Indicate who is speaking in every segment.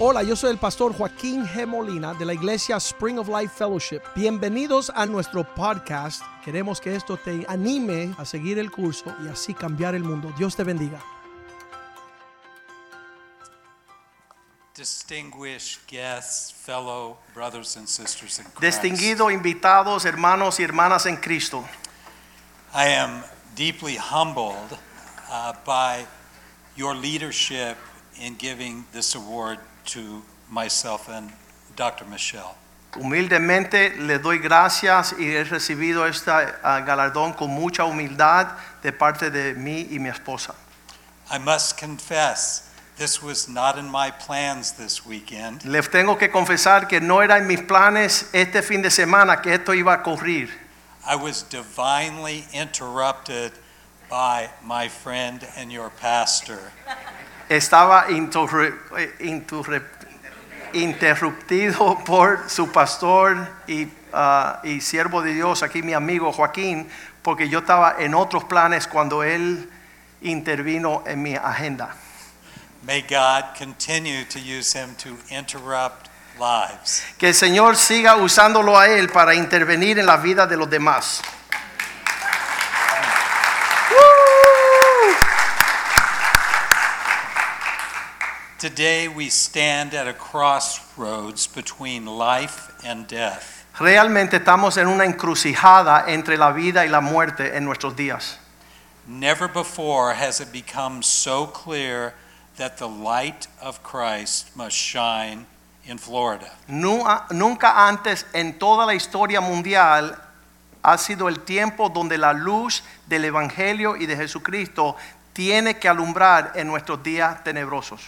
Speaker 1: Hola, yo soy el pastor Joaquín G. Molina de la iglesia Spring of Life Fellowship. Bienvenidos a nuestro podcast. Queremos que esto te anime a seguir el curso y así cambiar el mundo. Dios te bendiga.
Speaker 2: distinguished guests, fellow brothers and sisters in Christ.
Speaker 3: Distinguidos invitados, hermanos y hermanas en Cristo,
Speaker 2: I am deeply humbled uh, by your leadership in giving this award to myself and Dr. Michelle.
Speaker 3: humildemente le doy gracias y he recibido este ah, galardón con mucha humildad de parte de mí y mi esposa.
Speaker 2: I must confess, this was not in my plans this weekend,
Speaker 3: Les tengo que confesar que no era en mis planes este fin de semana que esto iba a ocurrir.
Speaker 2: I was divinely interrupted by my friend and your pastor,
Speaker 3: Estaba interru- eh, interru- interrumpido por su pastor y, ah, y siervo de Dios, aquí mi amigo Joaquín, porque yo estaba en otros planes cuando él intervino en mi agenda.
Speaker 2: May God continue to use him to interrupt lives.
Speaker 3: Que el Señor siga usándolo a Él para intervenir en la vida de los demás.
Speaker 2: Today we stand at a crossroads between life and death.
Speaker 3: Realmente estamos en una encrucijada entre la vida y la muerte en nuestros días.
Speaker 2: Never before has it become so clear that the light of Christ must shine in Florida.
Speaker 3: Nu- Nunca antes en toda la historia mundial ha sido el tiempo donde la luz del Evangelio y de Jesucristo tiene que alumbrar en nuestros días tenebrosos.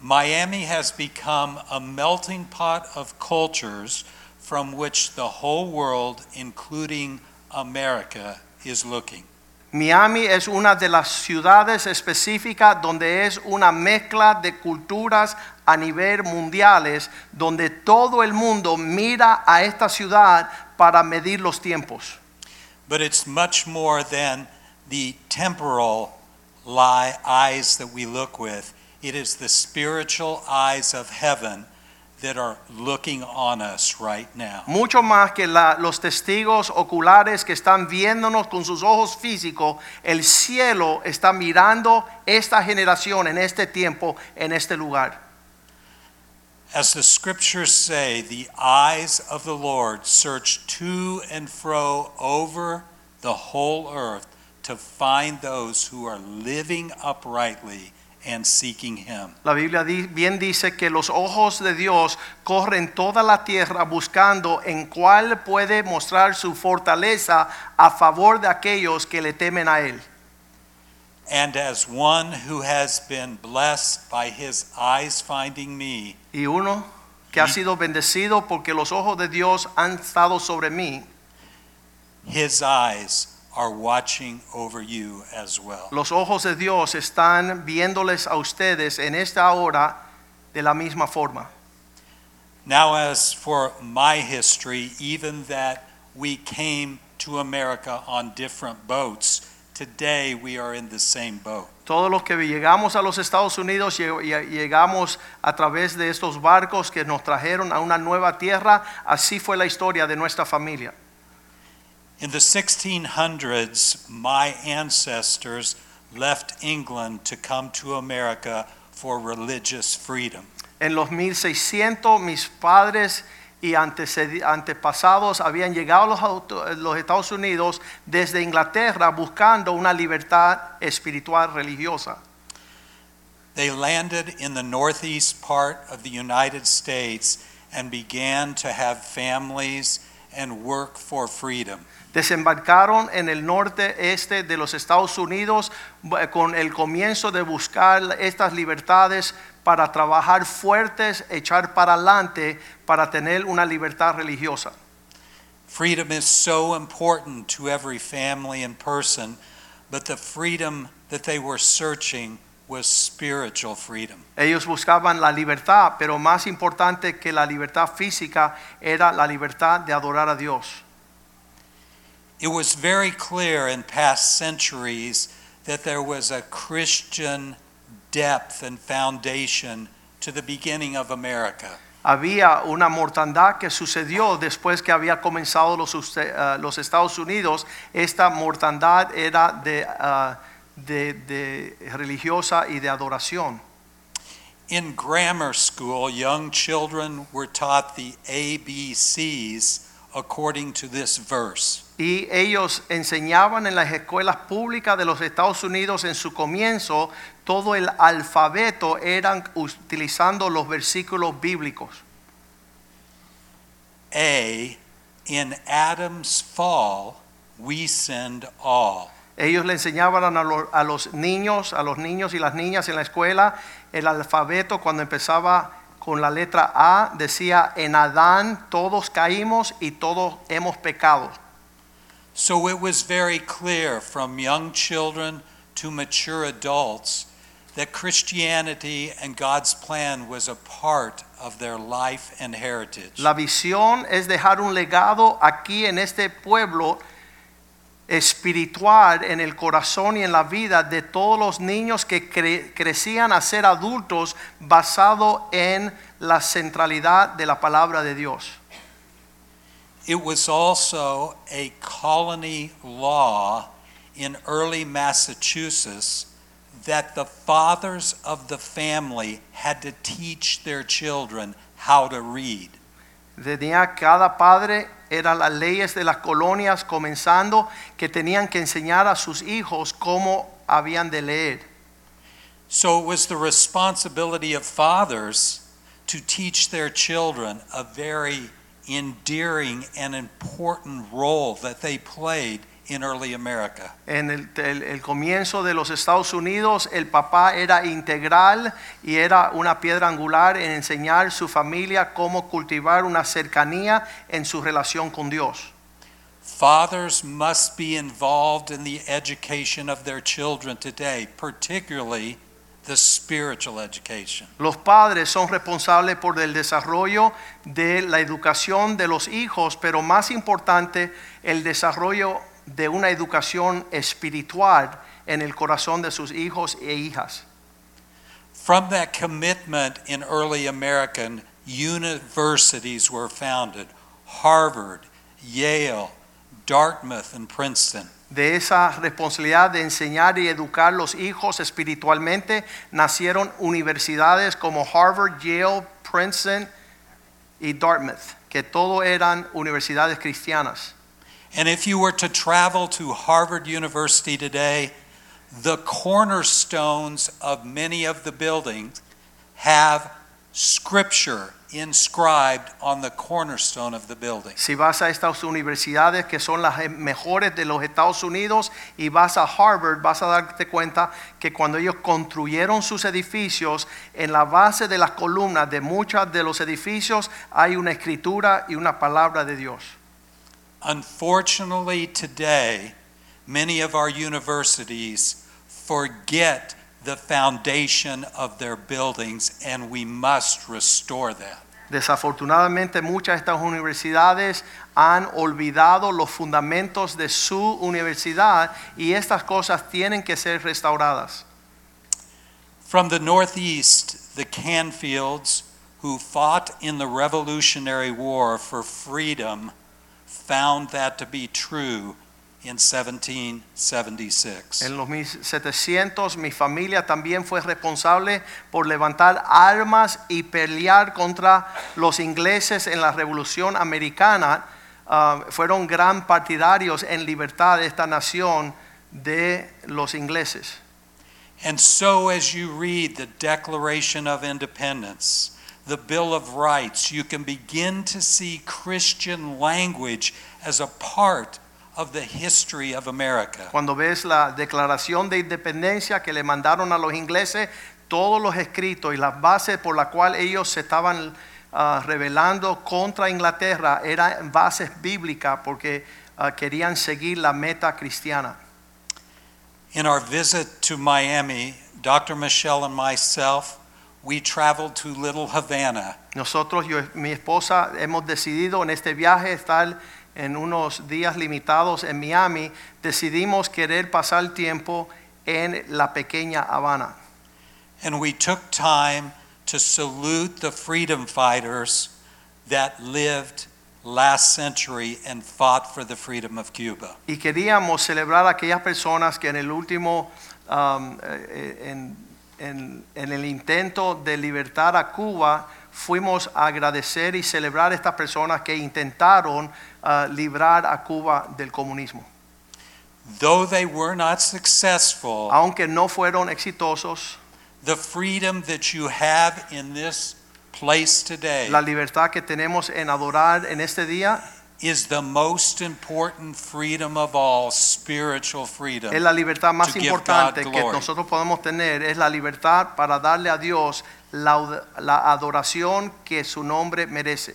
Speaker 2: Miami has become a melting pot of cultures from which the whole world, including America, is looking.
Speaker 3: Miami es una de las ciudades específicas donde es una mezcla de culturas a nivel mundiales, donde todo el mundo mira a esta ciudad para medir los tiempos.
Speaker 2: But it's much more than the temporal lie eyes that we look with. It is the spiritual eyes of heaven that are looking on us right now.
Speaker 3: Mucho más que la- los testigos oculares que están viéndonos con sus ojos físicos, el cielo está mirando esta generación en este tiempo, en este lugar.
Speaker 2: As the scriptures say, the eyes of the Lord search to and fro over the whole earth to find those who are living uprightly and seeking him.
Speaker 3: La Biblia di- bien dice que los ojos de Dios corren toda la tierra buscando en cuál puede mostrar su fortaleza a favor de aquellos que le temen a Él.
Speaker 2: And as one who has been blessed by his eyes finding me,
Speaker 3: Y uno que ha
Speaker 2: Y-
Speaker 3: sido bendecido porque los ojos de Dios han estado sobre mí,
Speaker 2: His eyes are watching over you as well.
Speaker 3: los ojos de Dios están viéndoles a ustedes en esta hora de la misma forma.
Speaker 2: Now, as for my history, even that we came to America on different boats, today we are in the same boat.
Speaker 3: Todos los que llegamos a los Estados Unidos lleg- lleg- llegamos a través de estos barcos que nos trajeron a una nueva tierra. Así fue la historia de nuestra familia.
Speaker 2: In the 1600s, my ancestors left England to come to America for religious freedom.
Speaker 3: En los 1600 mis padres y antecedi- antepasados habían llegado a los, auto- los Estados Unidos desde Inglaterra buscando una libertad espiritual religiosa.
Speaker 2: They landed in the northeast part of the United States and began to have families and work for freedom.
Speaker 3: Desembarcaron en el norte este de los Estados Unidos eh, con el comienzo de buscar estas libertades para trabajar fuertes, echar para adelante, para tener una libertad religiosa.
Speaker 2: Freedom is so important to every family and person, but the freedom that they were searching was spiritual freedom.
Speaker 3: Ellos buscaban la libertad, pero más importante que la libertad física era la libertad de adorar a Dios.
Speaker 2: It was very clear in past centuries that there was a Christian depth and foundation to the beginning of America.
Speaker 3: Había una mortandad que sucedió después que había comenzado los, usted- ah, los Estados Unidos. Esta mortandad era de, ah, de- de religiosa y de adoración.
Speaker 2: In grammar school, young children were taught the ABCs according to this verse.
Speaker 3: Y ellos enseñaban en las escuelas públicas de los Estados Unidos en su comienzo todo el alfabeto eran utilizando los versículos bíblicos.
Speaker 2: A, in Adam's fall, we sinned all.
Speaker 3: Ellos le enseñaban a lo- a los, niños, a los niños y las niñas en la escuela el alfabeto cuando empezaba con la letra A decía en Adán todos caímos y todos hemos pecado.
Speaker 2: So it was very clear from young children to mature adults that Christianity and God's plan was a part of their life and heritage.
Speaker 3: La visión es dejar un legado aquí en este pueblo espiritual en el corazón y en la vida de todos los niños que cre- crecían a ser adultos basado en la centralidad de la palabra de Dios.
Speaker 2: It was also a colony law in early Massachusetts that the fathers of the family had to teach their children how to read.
Speaker 3: tenía cada padre, eran las leyes de las colonias comenzando que tenían que enseñar a sus hijos cómo habían de leer.
Speaker 2: So it was the responsibility of fathers to teach their children a very endearing and important role that they played in early America.
Speaker 3: En el, el- el comienzo de los Estados Unidos, el papá era integral y era una piedra angular en enseñar a su familia cómo cultivar una cercanía en su relación con Dios.
Speaker 2: Fathers must be involved in the education of their children today, particularly the spiritual education.
Speaker 3: Los padres son responsables por el desarrollo de la educación de los hijos, pero más importante, el desarrollo de una educación espiritual en el corazón de sus hijos e hijas.
Speaker 2: From that commitment in early American, universities were founded Harvard, Yale, Dartmouth, and Princeton.
Speaker 3: De esa responsabilidad de enseñar y educar los hijos espiritualmente, nacieron universidades como Harvard, Yale, Princeton y Dartmouth, que todo eran universidades cristianas.
Speaker 2: And if you were to travel to Harvard University today, the cornerstones of many of the buildings have scripture inscribed on the cornerstone of the building.
Speaker 3: Si vas a estas universidades que son las mejores de los Estados Unidos y vas a Harvard, vas a darte cuenta que cuando ellos construyeron sus edificios, en la base de las columnas de muchos de los edificios hay una escritura y una palabra de Dios.
Speaker 2: Unfortunately, today, many of our universities forget the foundation of their buildings, and we must restore that.
Speaker 3: Desafortunadamente muchas de estas universidades han olvidado los fundamentos de su universidad y estas cosas tienen que ser restauradas.
Speaker 2: From the Northeast, the Canfields, who fought in the Revolutionary War for freedom, found that to be true in 1776.
Speaker 3: En los 1700 mi familia también fue responsable por levantar armas y pelear contra los ingleses en la Revolución Americana. Ah, fueron gran partidarios en libertad de esta nación de los ingleses.
Speaker 2: And so, as you read the Declaration of Independence, the Bill of Rights, you can begin to see Christian language as a part of the history of America.
Speaker 3: Cuando ves la declaración de independencia que le mandaron a los ingleses, todos los escritos y las bases por las cuales ellos se estaban ah, rebelando contra Inglaterra eran bases bíblicas porque ah, querían seguir la meta cristiana.
Speaker 2: In our visit to Miami, Dr. Michelle and myself, we traveled to Little Havana.
Speaker 3: Nosotros, yo, mi esposa, hemos decidido en este viaje estar en unos días limitados en Miami, decidimos querer pasar tiempo en la pequeña Habana.
Speaker 2: and we took time to salute the freedom fighters that lived last century and fought for the freedom of Cuba.
Speaker 3: Y queríamos celebrar a aquellas personas que en el último, um, eh, en, en- en el intento de libertar a Cuba, fuimos a agradecer y celebrar a estas personas que intentaron ah, librar a Cuba del comunismo.
Speaker 2: Though they were not successful,
Speaker 3: Aunque no fueron exitosos,
Speaker 2: the freedom that you have in this place today
Speaker 3: la libertad que tenemos en adorar en este día
Speaker 2: is the most important freedom of all spiritual
Speaker 3: es
Speaker 2: freedom.
Speaker 3: la libertad más
Speaker 2: To give
Speaker 3: importante
Speaker 2: God
Speaker 3: que
Speaker 2: glory.
Speaker 3: nosotros podemos tener, es la libertad para darle a Dios la, la adoración que su nombre merece.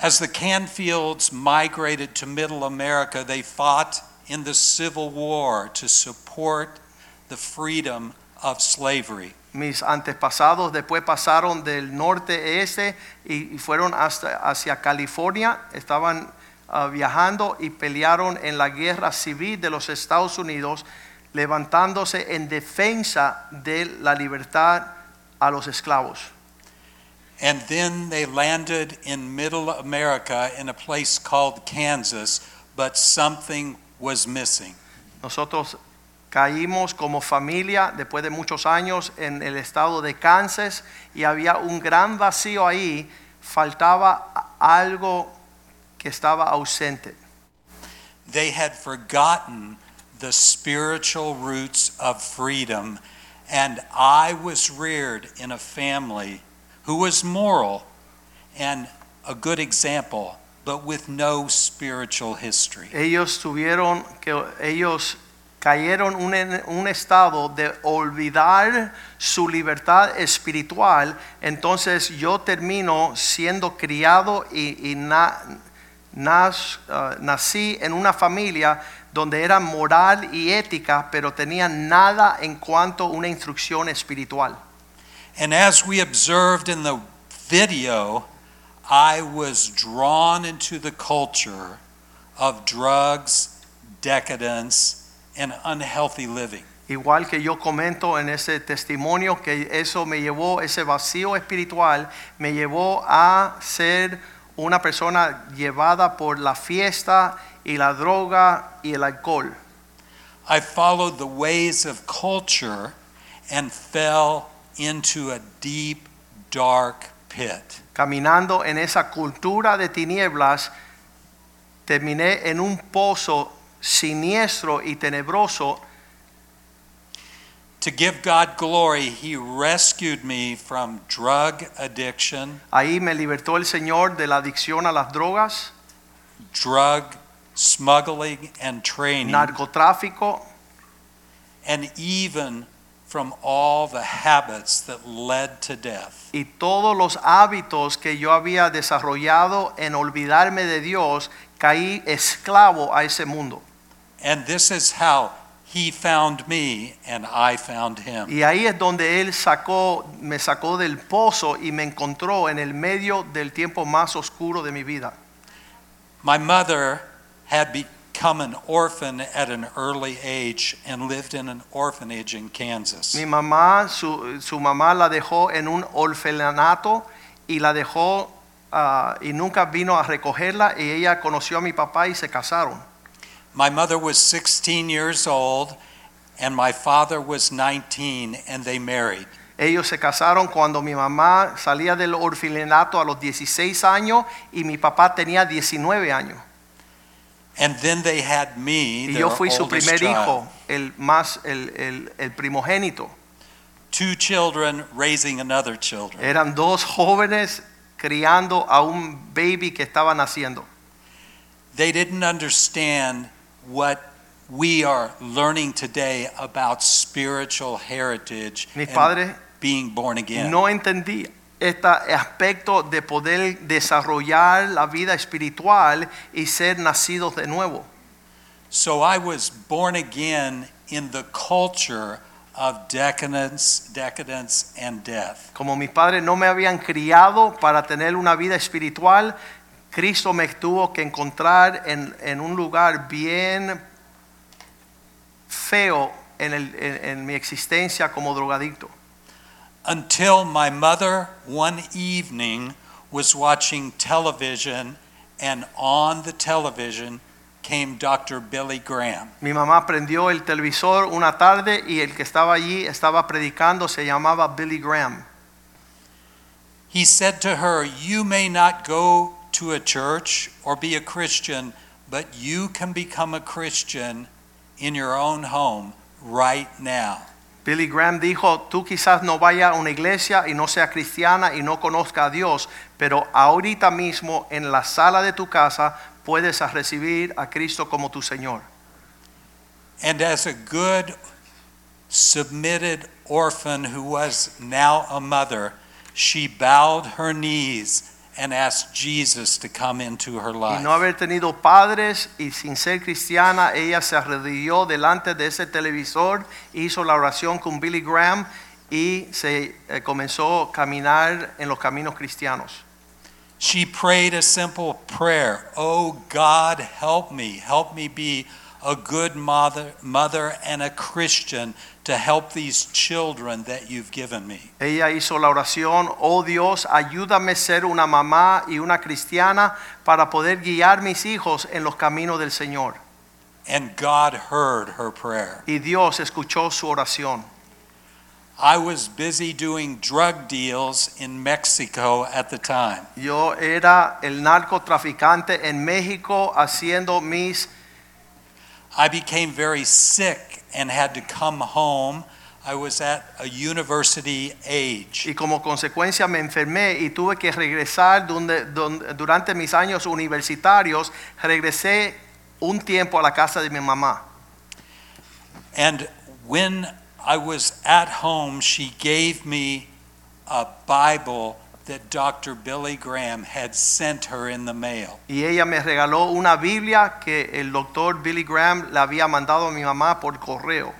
Speaker 2: As the Canfields migrated to Middle America, they fought in the Civil War to support the freedom of slavery.
Speaker 3: Mis antepasados después pasaron del norte este y, y fueron hasta, hacia California, estaban ah, viajando y pelearon en la guerra civil de los Estados Unidos, levantándose en defensa de la libertad a los esclavos.
Speaker 2: And then they landed in Middle America in a place called Kansas, but something was missing.
Speaker 3: Nosotros caímos como familia después de muchos años en el estado de Kansas y había un gran vacío ahí, faltaba a- algo que estaba ausente.
Speaker 2: They had forgotten the spiritual roots of freedom. And I was reared in a family who was moral and a good example, but with no spiritual history.
Speaker 3: Ellos tuvieron que ellos cayeron un- en un estado de olvidar su libertad espiritual, entonces yo termino siendo criado y, y na- nas- ah, nací en una familia donde era moral y ética, pero tenía nada en cuanto a una instrucción espiritual.
Speaker 2: And as we observed in the video, I was drawn into the culture of drugs, decadence, and unhealthy living.
Speaker 3: Igual que yo comento en ese testimonio que eso me llevó, ese vacío espiritual me llevó a ser una persona llevada por la fiesta y la droga y el alcohol.
Speaker 2: I followed the ways of culture and fell into a deep, dark pit.
Speaker 3: Caminando en esa cultura de tinieblas, terminé en un pozo siniestro y tenebroso.
Speaker 2: To give God glory, He rescued me from drug addiction,
Speaker 3: Ahí me libertó el Señor de la adicción a las drogas,
Speaker 2: drug smuggling, and training.
Speaker 3: narcotráfico,
Speaker 2: and even from all the habits that led to death.
Speaker 3: y todos los hábitos que yo había desarrollado en olvidarme de Dios, caí esclavo a ese mundo.
Speaker 2: And this is how he found me and I found him.
Speaker 3: Y ahí es donde él sacó, me sacó del pozo y me encontró en el medio del tiempo más oscuro de mi vida.
Speaker 2: My mother had become an orphan at an early age and lived in an orphanage in Kansas.
Speaker 3: Mi mamá, su, su mamá la dejó en un orfanato y la dejó ah, y nunca vino a recogerla y ella conoció a mi papá y se casaron.
Speaker 2: My mother was 16 years old and my father was 19 and they married.
Speaker 3: Ellos se casaron cuando mi mamá salía del orfanato a los 16 años y mi papá tenía 19 años.
Speaker 2: And then they had me,
Speaker 3: Y
Speaker 2: their
Speaker 3: yo fui su
Speaker 2: oldest
Speaker 3: primer
Speaker 2: child.
Speaker 3: hijo, el más el, el- el primogénito.
Speaker 2: Two children raising another children.
Speaker 3: Eran dos jóvenes criando a un baby que estaba naciendo.
Speaker 2: they didn't understand what we are learning today about spiritual heritage
Speaker 3: Mis
Speaker 2: and
Speaker 3: padres
Speaker 2: being born again.
Speaker 3: no entendían este aspecto de poder desarrollar la vida espiritual y ser nacidos de nuevo.
Speaker 2: So I was born again in the culture of decadence, decadence and death.
Speaker 3: Como mis padres no me habían criado para tener una vida espiritual, Cristo me tuvo que encontrar en, en un lugar bien feo en, el- en- en mi existencia como drogadicto.
Speaker 2: until my mother one evening was watching television, and on the television came Dr. Billy Graham.
Speaker 3: Mi mamá prendió el televisor una tarde y el que estaba allí estaba predicando, se llamaba Billy Graham.
Speaker 2: He said to her, You may not go to a church or be a Christian, but you can become a Christian in your own home right now.
Speaker 3: Billy Graham dijo, tú quizás no vayas a una iglesia y no sea cristiana y no conozca a Dios, pero ahorita mismo en la sala de tu casa puedes a recibir a Cristo como tu Señor.
Speaker 2: And as a good, submitted orphan who was now a mother, she bowed her knees and asked Jesus to come into her
Speaker 3: Y no
Speaker 2: life.
Speaker 3: haber tenido padres y sin ser cristiana, ella se arrodilló delante de ese televisor, hizo la oración con Billy Graham y se eh, comenzó a caminar en los caminos cristianos.
Speaker 2: She prayed a simple prayer Oh God, help me. Help me be a good mother, mother and a Christian to help these children that you've given me.
Speaker 3: Ella hizo la oración, oh Dios, ayúdame a ser una mamá y una cristiana para poder guiar mis hijos en los caminos del Señor.
Speaker 2: And God heard her prayer.
Speaker 3: Y Dios escuchó su oración.
Speaker 2: I was busy doing drug deals in Mexico at the time.
Speaker 3: Yo era el narcotraficante en México haciendo mis
Speaker 2: I became very sick and had to come home. I was at a university age.
Speaker 3: Y como consecuencia me enfermé y tuve que regresar donde- don- durante mis años universitarios. Regresé un tiempo a la casa de mi mamá.
Speaker 2: And when I was at home, she gave me a Bible that Dr. Billy Graham had sent her in the mail.
Speaker 3: Y ella me regaló una Biblia que el doctor Billy Graham le había mandado a mi mamá por correo.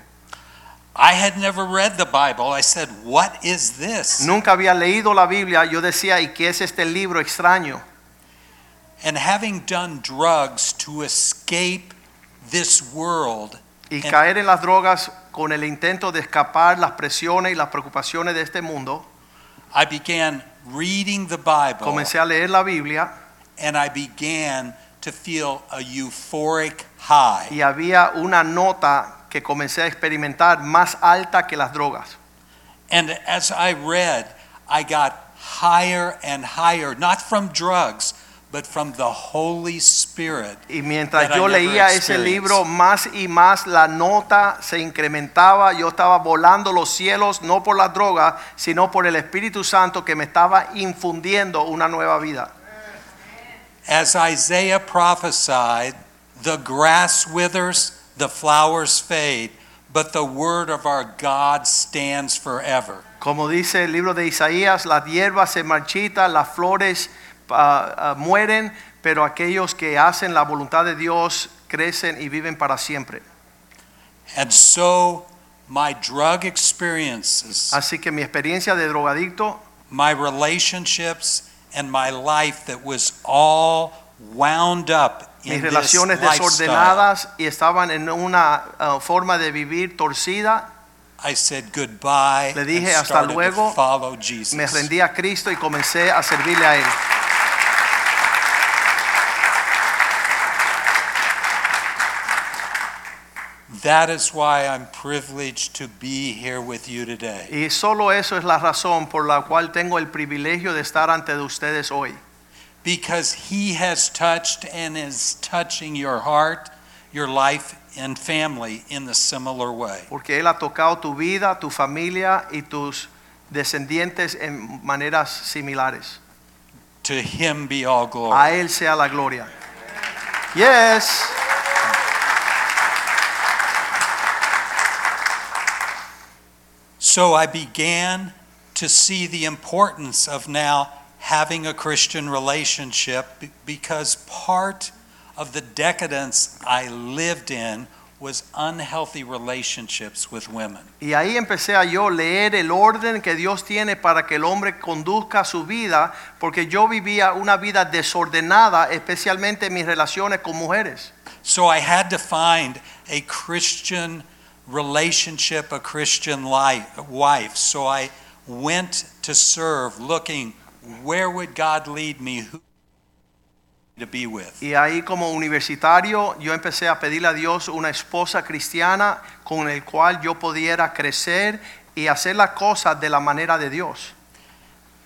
Speaker 2: I had never read the Bible. I said, What is this?
Speaker 3: Nunca había leído la Biblia. Yo decía, ¿y qué es este libro extraño?
Speaker 2: And having done drugs to escape this world,
Speaker 3: Y
Speaker 2: En-
Speaker 3: caer en las drogas con el intento de escapar las presiones y las preocupaciones de este mundo.
Speaker 2: I began reading the Bible.
Speaker 3: Comencé a leer la Biblia.
Speaker 2: and I began to feel a euphoric high.
Speaker 3: y había una nota que comencé a experimentar más alta que las drogas.
Speaker 2: And as I read, I got higher and higher, not from drugs, but from the Holy Spirit.
Speaker 3: Y mientras
Speaker 2: That I
Speaker 3: yo
Speaker 2: never
Speaker 3: leía ese
Speaker 2: experienced.
Speaker 3: libro, más y más la nota se incrementaba. Yo estaba volando los cielos, no por las drogas, sino por el Espíritu Santo que me estaba infundiendo una nueva vida.
Speaker 2: As Isaiah prophesied, the grass withers, the flowers fade, but the word of our God stands forever.
Speaker 3: Como dice el libro de Isaías, las hierbas se marchitan, las flores ah, ah, mueren, pero aquellos que hacen la voluntad de Dios crecen y viven para siempre.
Speaker 2: And so, my drug experiences,
Speaker 3: Así que mi experiencia de drogadicto
Speaker 2: my relationships and my life that was all wound up in
Speaker 3: mis
Speaker 2: this
Speaker 3: relaciones
Speaker 2: lifestyle.
Speaker 3: desordenadas y estaban en una uh, forma de vivir torcida.
Speaker 2: I said goodbye
Speaker 3: Le dije,
Speaker 2: and
Speaker 3: "Hasta
Speaker 2: started
Speaker 3: luego."
Speaker 2: to follow Jesus.
Speaker 3: Me rendí a Cristo y comencé a servirle a Él.
Speaker 2: That is why I'm privileged to be here with you today.
Speaker 3: Y solo eso es la razón por la cual tengo el privilegio de estar ante de ustedes hoy.
Speaker 2: Because he has touched and is touching your heart, your life, and family in the similar way.
Speaker 3: Porque Él ha tocado tu vida, tu familia y tus descendientes en maneras similares.
Speaker 2: To him be all glory.
Speaker 3: A Él sea la gloria. Yes.
Speaker 2: So I began to see the importance of now having a Christian relationship b- because part of the decadence I lived in was unhealthy relationships with women.
Speaker 3: Y ahí empecé a yo leer el orden que Dios tiene para que el hombre conduzca su vida, porque yo vivía una vida desordenada, especialmente en mis relaciones con mujeres.
Speaker 2: So I had to find a Christian relationship, a Christian life, wife. So I went to serve, looking, where would God lead me? Who to be with?
Speaker 3: Y ahí como universitario yo empecé a pedirle a Dios una esposa cristiana con el cual yo pudiera crecer y hacer las cosas de la manera de Dios.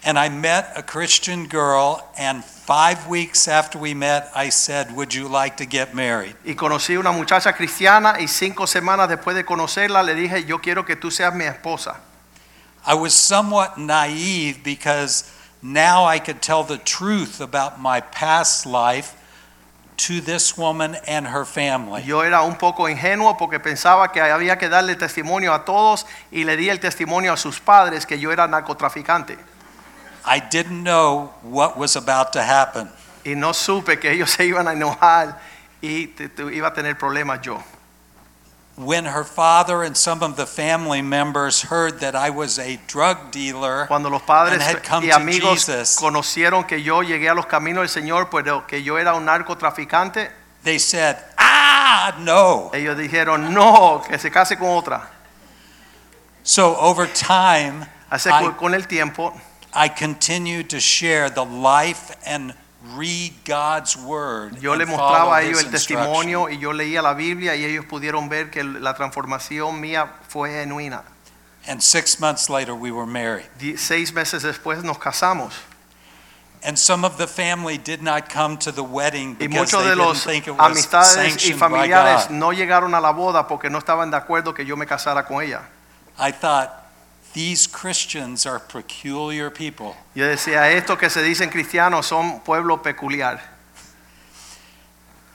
Speaker 2: And I met a Christian girl, and five weeks after we met, I said, Would you like to get married?
Speaker 3: Y conocí una muchacha cristiana y cinco semanas después de conocerla le dije, yo quiero que tú seas mi esposa.
Speaker 2: I was somewhat naive because now I could tell the truth about my past life to this woman and her family.
Speaker 3: Yo era un poco ingenuo porque pensaba que había que darle testimonio a todos y le di el testimonio a sus padres que yo era narcotraficante.
Speaker 2: I didn't know what was about to happen.
Speaker 3: Y no supe que ellos se iban a enojar y te- te- iba a tener problemas yo.
Speaker 2: When her father and some of the family members heard that I was a drug dealer,
Speaker 3: Cuando los padres
Speaker 2: And had come
Speaker 3: y
Speaker 2: to
Speaker 3: amigos
Speaker 2: Jesus.
Speaker 3: conocieron que yo llegué a los caminos del Señor, pero que yo era un narcotraficante,
Speaker 2: they said, Ah, no.
Speaker 3: ellos dijeron, no, que se case con otra.
Speaker 2: So over time,
Speaker 3: Así
Speaker 2: Ay.
Speaker 3: que con el tiempo
Speaker 2: I continued to share the life and read God's word.
Speaker 3: yo
Speaker 2: and
Speaker 3: le
Speaker 2: follow
Speaker 3: mostraba a ellos
Speaker 2: his
Speaker 3: el
Speaker 2: instruction.
Speaker 3: testimonio y yo leía la Biblia y ellos pudieron ver que la transformación mía fue genuina.
Speaker 2: And six months later, we were married.
Speaker 3: Die- seis meses después nos casamos
Speaker 2: And some of the family did not come to the wedding
Speaker 3: y
Speaker 2: because
Speaker 3: muchos
Speaker 2: they
Speaker 3: de
Speaker 2: didn't
Speaker 3: los
Speaker 2: think it was
Speaker 3: amistades y
Speaker 2: sanctioned by
Speaker 3: familiares
Speaker 2: God.
Speaker 3: no llegaron a la boda porque no estaban de acuerdo que yo me casara con ella.
Speaker 2: I thought, these Christians are peculiar people.
Speaker 3: Yo decía, estos que se dicen cristianos son pueblo peculiar.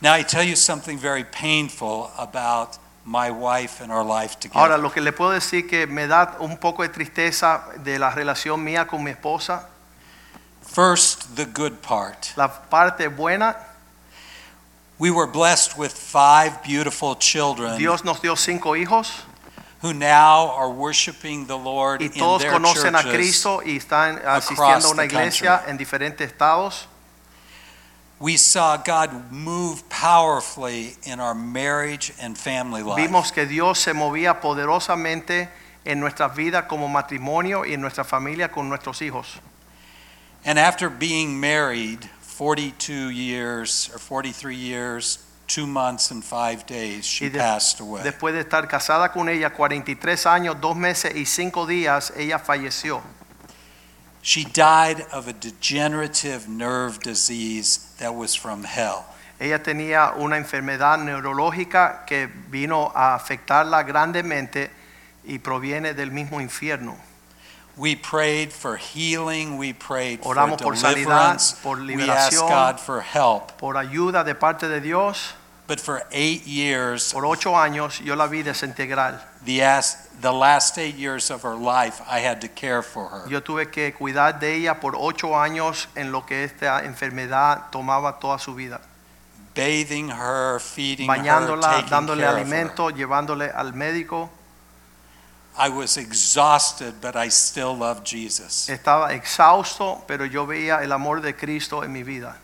Speaker 2: Now, I tell you something very painful about my wife and our life
Speaker 3: Ahora,
Speaker 2: together.
Speaker 3: lo que le puedo decir que me da un poco de tristeza de la relación mía con mi esposa,
Speaker 2: First, the good part.
Speaker 3: la parte buena,
Speaker 2: We were blessed with five beautiful children.
Speaker 3: Dios nos dio cinco hijos
Speaker 2: who now are worshiping the Lord
Speaker 3: y
Speaker 2: in
Speaker 3: todos
Speaker 2: their
Speaker 3: conocen a
Speaker 2: churches.
Speaker 3: Cristo y están
Speaker 2: across
Speaker 3: asistiendo a una
Speaker 2: the
Speaker 3: iglesia en diferentes estados.
Speaker 2: We saw God move powerfully in our marriage and family life.
Speaker 3: Vimos que Dios se movía poderosamente en nuestras vidas como matrimonio y en nuestra familia con nuestros hijos.
Speaker 2: And after being married 42 years or 43 years, 2 months and 5 days, she
Speaker 3: Y de-
Speaker 2: passed away.
Speaker 3: Después de estar casada con ella 43 años, 2 meses y 5 días, ella falleció.
Speaker 2: she died of a degenerative nerve disease that was from hell.
Speaker 3: Ella tenía una enfermedad neurológica que vino a afectarla grandemente y proviene del mismo infierno.
Speaker 2: We prayed for healing, we prayed
Speaker 3: Oramos
Speaker 2: for
Speaker 3: por sanidad,
Speaker 2: deliverance,
Speaker 3: por
Speaker 2: we asked
Speaker 3: liberación.
Speaker 2: God for help.
Speaker 3: Por ayuda de parte de Dios,
Speaker 2: But for 8 years,
Speaker 3: por 8 años yo la vi desintegrar.
Speaker 2: the, as, the last eight years of her life, I had to care for her.
Speaker 3: Yo tuve que cuidar de ella por 8 años en lo que esta enfermedad tomaba toda su vida.
Speaker 2: Bathing her, feeding her,
Speaker 3: Bañándola,
Speaker 2: taking
Speaker 3: dándole
Speaker 2: care of her.
Speaker 3: alimento, llevándole al médico.
Speaker 2: I was exhausted, but I still loved Jesus.
Speaker 3: Estaba exhausto, pero yo veía el amor de Cristo en mi vida.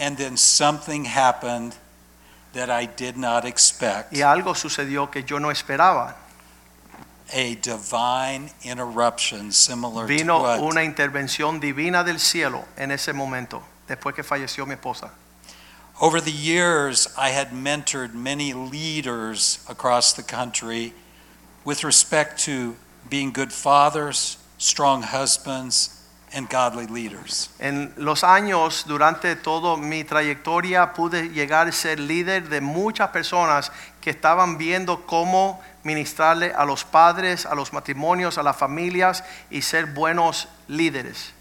Speaker 2: And then something happened that I did not expect.
Speaker 3: Y algo sucedió que yo no esperaba.
Speaker 2: A divine interruption similar to
Speaker 3: Vino
Speaker 2: what
Speaker 3: una intervención divina del cielo en ese momento, después que falleció mi esposa.
Speaker 2: Over the years, I had mentored many leaders across the country with respect to being good fathers, strong husbands, and godly leaders.
Speaker 3: En los años, durante toda mi trayectoria, pude llegar a ser líder de muchas personas que estaban viendo cómo ministrarle a los padres, a los matrimonios, a las familias y ser buenos líderes.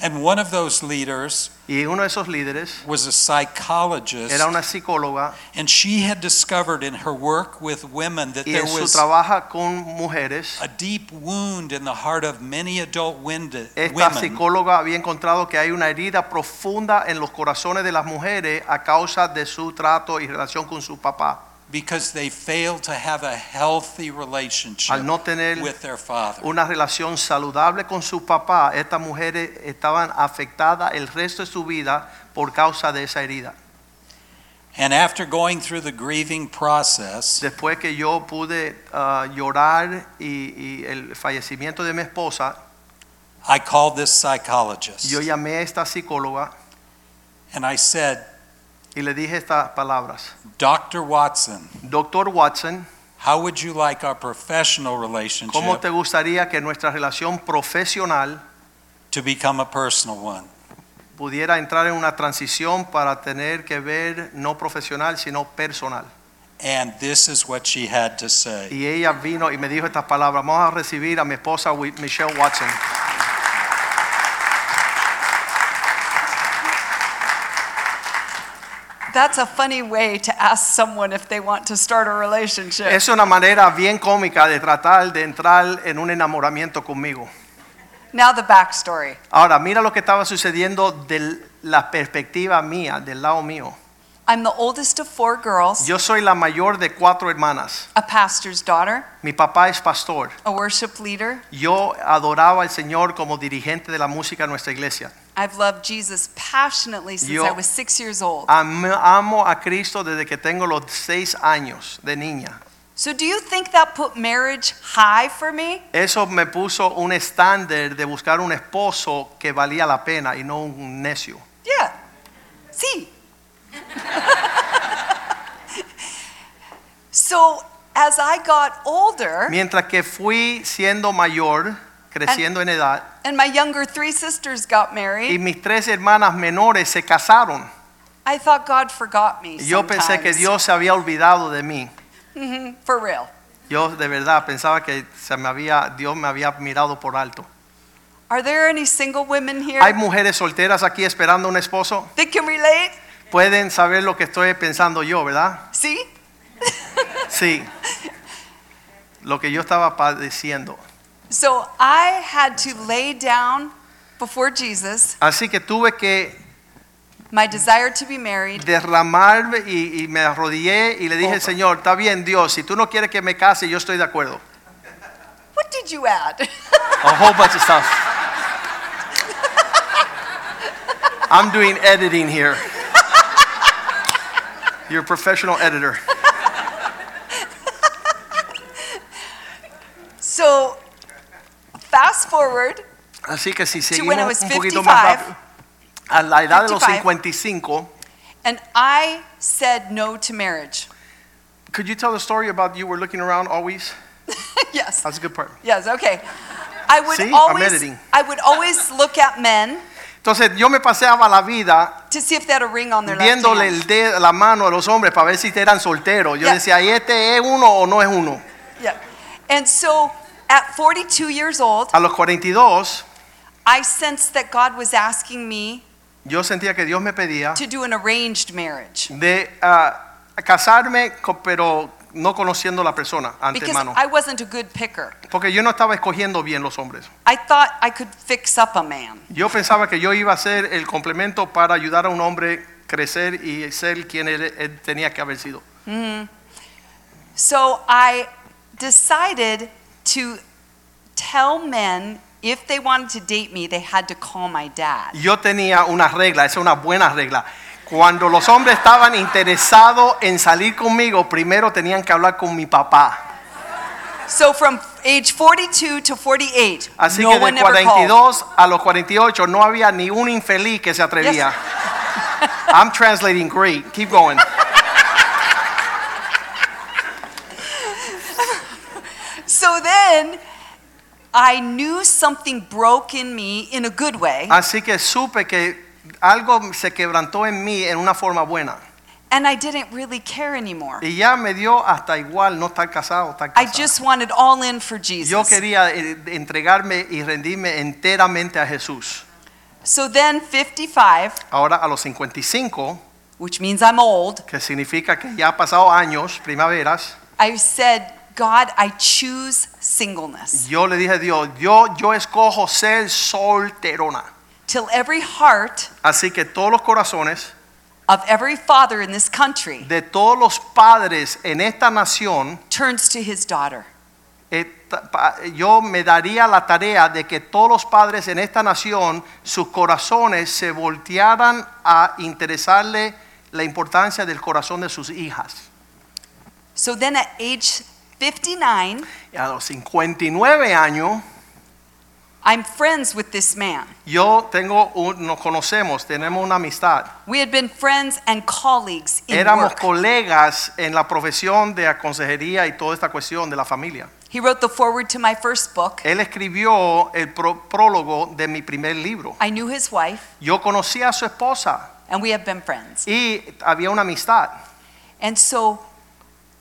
Speaker 2: And one of those leaders
Speaker 3: Y uno de esos líderes
Speaker 2: was a psychologist,
Speaker 3: era una psicóloga
Speaker 2: and she had discovered in her work with women that
Speaker 3: y
Speaker 2: there
Speaker 3: en su
Speaker 2: was
Speaker 3: trabajo con mujeres.
Speaker 2: Este a deep wound in the heart of many adult wind-
Speaker 3: Esta
Speaker 2: women
Speaker 3: psicóloga había encontrado que hay una herida profunda en los corazones de las mujeres a causa de su trato y relación con su papá,
Speaker 2: because they failed to have a healthy relationship
Speaker 3: al no tener
Speaker 2: with their father.
Speaker 3: una relación saludable con su papá. Estas mujeres estaban afectadas el resto de su vida por causa de esa herida.
Speaker 2: And after going through the grieving process,
Speaker 3: Después que yo pude ah, llorar y, y el fallecimiento de mi esposa,
Speaker 2: I called this psychologist
Speaker 3: yo llamé a esta psicóloga
Speaker 2: and I said,
Speaker 3: y le dije estas palabras.
Speaker 2: Dr. Watson,
Speaker 3: Doctor Watson,
Speaker 2: how would you like our professional
Speaker 3: ¿cómo
Speaker 2: relationship
Speaker 3: te gustaría que nuestra relación profesional
Speaker 2: to become a personal one?
Speaker 3: pudiera entrar en una transición para tener que ver no profesional, sino personal?
Speaker 2: And this is what she had to say.
Speaker 3: Y ella vino y me dijo estas palabras. Vamos a recibir a mi esposa Wi- Michelle Watson.
Speaker 4: That's a funny way to ask someone if they want to start a relationship.
Speaker 3: Es una manera bien cómica de tratar de entrar en un enamoramiento conmigo.
Speaker 4: now the backstory.
Speaker 3: Ahora, mira lo que estaba sucediendo de la perspectiva mía, del lado mío.
Speaker 4: I'm the oldest of four girls,
Speaker 3: Yo soy la mayor de cuatro hermanas.
Speaker 4: a pastor's daughter,
Speaker 3: Mi papá es pastor.
Speaker 4: a worship leader.
Speaker 3: Yo adoraba al Señor como dirigente de la música en nuestra iglesia.
Speaker 4: I've loved Jesus passionately since
Speaker 3: Yo-
Speaker 4: I was six years old.
Speaker 3: Am- amo a Cristo desde que tengo los seis años de niña.
Speaker 4: so do you think that put marriage high for me?
Speaker 3: Eso me puso un estándar de buscar un esposo que valía la pena y no un necio.
Speaker 4: Yeah. See. so as I got older,
Speaker 3: Mientras que fui siendo mayor, creciendo en edad,
Speaker 4: and my younger three sisters got
Speaker 3: y
Speaker 4: married,
Speaker 3: mis tres hermanas menores se casaron,
Speaker 4: I thought God forgot me.
Speaker 3: yo pensé que
Speaker 4: sometimes.
Speaker 3: Dios se había olvidado de mí.
Speaker 4: Mhm, for real.
Speaker 3: Yo de verdad pensaba que se me había, Dios me había mirado por alto.
Speaker 4: Are there any single women here
Speaker 3: ¿Hay mujeres solteras aquí esperando un esposo?
Speaker 4: that can relate?
Speaker 3: Pueden saber lo que estoy pensando yo, ¿verdad?
Speaker 4: See?
Speaker 3: Sí. Lo que yo estaba padeciendo.
Speaker 4: So I had to lay down before Jesus
Speaker 3: Así que tuve que
Speaker 4: my desire to be married
Speaker 3: derramarme y, y me arrodillé y le dije,
Speaker 4: Opa.
Speaker 3: Señor, está bien Dios, si tú no quieres que me case, yo estoy de acuerdo.
Speaker 4: What did you add?
Speaker 3: A whole bunch of stuff. I'm doing editing here. You're a professional editor.
Speaker 4: so fast forward,
Speaker 3: Así que si
Speaker 4: To when I
Speaker 3: seguimos
Speaker 4: was
Speaker 3: un poquito más
Speaker 4: 55.
Speaker 3: rápido, a la edad de los
Speaker 4: 55.
Speaker 3: 55,
Speaker 4: and I said no to marriage.
Speaker 3: could you tell the story about you were looking around always?
Speaker 4: yes.
Speaker 3: That's a good part.
Speaker 4: Yes, okay. I would
Speaker 3: See? I'm
Speaker 4: always
Speaker 3: editing.
Speaker 4: I would always look at men
Speaker 3: Entonces yo me paseaba la vida
Speaker 4: to see if they had a ring on their left
Speaker 3: viéndole
Speaker 4: hand.
Speaker 3: el dedo- la mano a los hombres para ver si eran solteros. Yo
Speaker 4: Yeah.
Speaker 3: decía, ¿y este es uno o no es uno?
Speaker 4: Yeah. And so at 42 years old,
Speaker 3: A los 42
Speaker 4: I sensed that God was asking me
Speaker 3: yo sentía que Dios me pedía
Speaker 4: to do an arranged marriage
Speaker 3: de ah, casarme, co- pero no conociendo la persona
Speaker 4: because
Speaker 3: antemano.
Speaker 4: I wasn't a good picker.
Speaker 3: Porque yo no estaba escogiendo bien los hombres.
Speaker 4: I thought I could fix up a man.
Speaker 3: Yo pensaba que yo iba a ser el complemento para ayudar a un hombre crecer y ser quien él, él tenía que haber sido.
Speaker 4: So I decided to tell men if they wanted to date me, they had to call my dad.
Speaker 3: Yo tenía una regla, esa es una buena regla. Cuando los hombres estaban interesados en salir conmigo, primero tenían que hablar con mi papá.
Speaker 4: So from age 42 to 48,
Speaker 3: Así
Speaker 4: no
Speaker 3: que
Speaker 4: one
Speaker 3: de
Speaker 4: ever called.
Speaker 3: 42 a los 48 no había ni un infeliz que se atrevía. I'm translating great. Keep going.
Speaker 4: So then I knew something broke in me in a good way,
Speaker 3: Así que supe que algo se quebrantó en mí en una forma buena.
Speaker 4: and I didn't really care anymore.
Speaker 3: Y ya me dio hasta igual no estar casado, estar
Speaker 4: I
Speaker 3: casado.
Speaker 4: just wanted all in for Jesus.
Speaker 3: Yo quería eh, entregarme y rendirme enteramente a Jesús.
Speaker 4: So then 55,
Speaker 3: Ahora a los 55,
Speaker 4: which means I'm old,
Speaker 3: que significa que ya ha pasado años, primaveras,
Speaker 4: I said, God, I choose singleness.
Speaker 3: yo le dije a Dios, yo, yo escojo ser solterona.
Speaker 4: Till every heart
Speaker 3: Así que todos los corazones
Speaker 4: of every father in this country
Speaker 3: de todos los padres en esta nación,
Speaker 4: turns to his daughter.
Speaker 3: eh, ta- pa- yo me daría la tarea de que todos los padres en esta nación, sus corazones se voltearan a interesarle la importancia del corazón de sus hijas.
Speaker 4: So then at age 59,
Speaker 3: Y a los 59 años,
Speaker 4: I'm friends with this man.
Speaker 3: yo tengo, un- nos conocemos, tenemos una amistad.
Speaker 4: We had been friends and colleagues in
Speaker 3: Éramos
Speaker 4: work.
Speaker 3: colegas en la profesión de aconsejería y toda esta cuestión de la familia.
Speaker 4: He wrote the foreword to my first book.
Speaker 3: Él escribió el pro- prólogo de mi primer libro.
Speaker 4: I knew his wife,
Speaker 3: Yo conocí a su esposa
Speaker 4: and we have been friends.
Speaker 3: y había una amistad.
Speaker 4: And so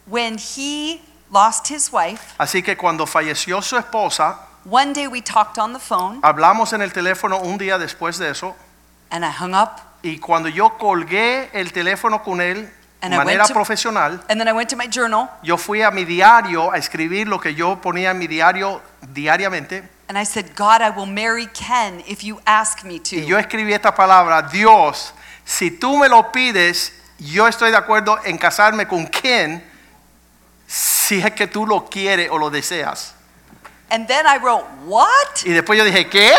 Speaker 4: when he lost his wife,
Speaker 3: Así que cuando falleció su esposa,
Speaker 4: one day we talked on the phone,
Speaker 3: hablamos en el teléfono un día después de eso.
Speaker 4: and I hung up,
Speaker 3: Y cuando yo colgué el teléfono con él de
Speaker 4: And I went
Speaker 3: manera
Speaker 4: to-
Speaker 3: profesional,
Speaker 4: and then I went to my journal,
Speaker 3: yo fui a mi diario a escribir lo que yo ponía en mi diario diariamente.
Speaker 4: and I said, God, I will marry Ken if you ask me
Speaker 3: Y yo
Speaker 4: to.
Speaker 3: escribí esta palabra, Dios, si tú me lo pides, yo estoy de acuerdo en casarme con quien, si es que tú lo quieres o lo deseas.
Speaker 4: And then I wrote, What?
Speaker 3: Y después yo dije, ¿qué?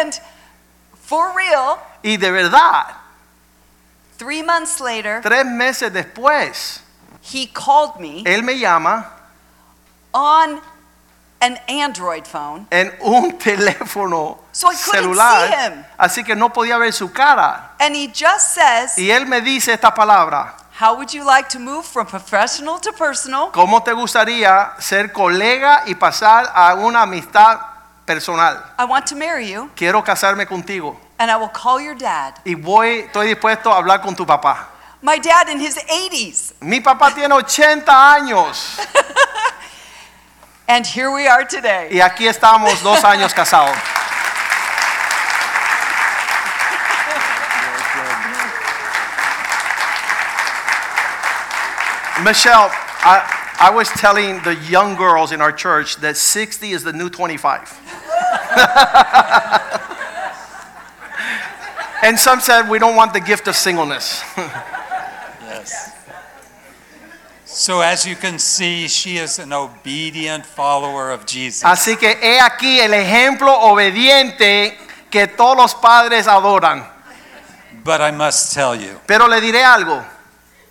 Speaker 4: And for real,
Speaker 3: Y de verdad,
Speaker 4: three months later,
Speaker 3: tres meses después,
Speaker 4: he called me
Speaker 3: él me llama
Speaker 4: on an Android phone.
Speaker 3: en un teléfono
Speaker 4: So I couldn't see him.
Speaker 3: celular, así que no podía ver su cara.
Speaker 4: And he just says,
Speaker 3: Y él me dice esta palabra,
Speaker 4: How would you like to move from professional to personal?
Speaker 3: ¿cómo te gustaría ser colega y pasar a una amistad personal?
Speaker 4: I want to marry you,
Speaker 3: Quiero casarme contigo.
Speaker 4: and I will call your dad.
Speaker 3: y voy, estoy dispuesto a hablar con tu papá.
Speaker 4: My dad in his 80s.
Speaker 3: Mi papá tiene 80 años
Speaker 4: And here we are today.
Speaker 3: y aquí estamos dos años casados. Michelle, I, I was telling the young girls in our church that 60 is the new 25. and some said we don't want the gift of singleness.
Speaker 2: Yes. So as you can see, she is an obedient follower of Jesus.
Speaker 3: Así que he aquí el ejemplo obediente que todos los padres adoran.
Speaker 2: But I must tell you,
Speaker 3: Pero le diré algo.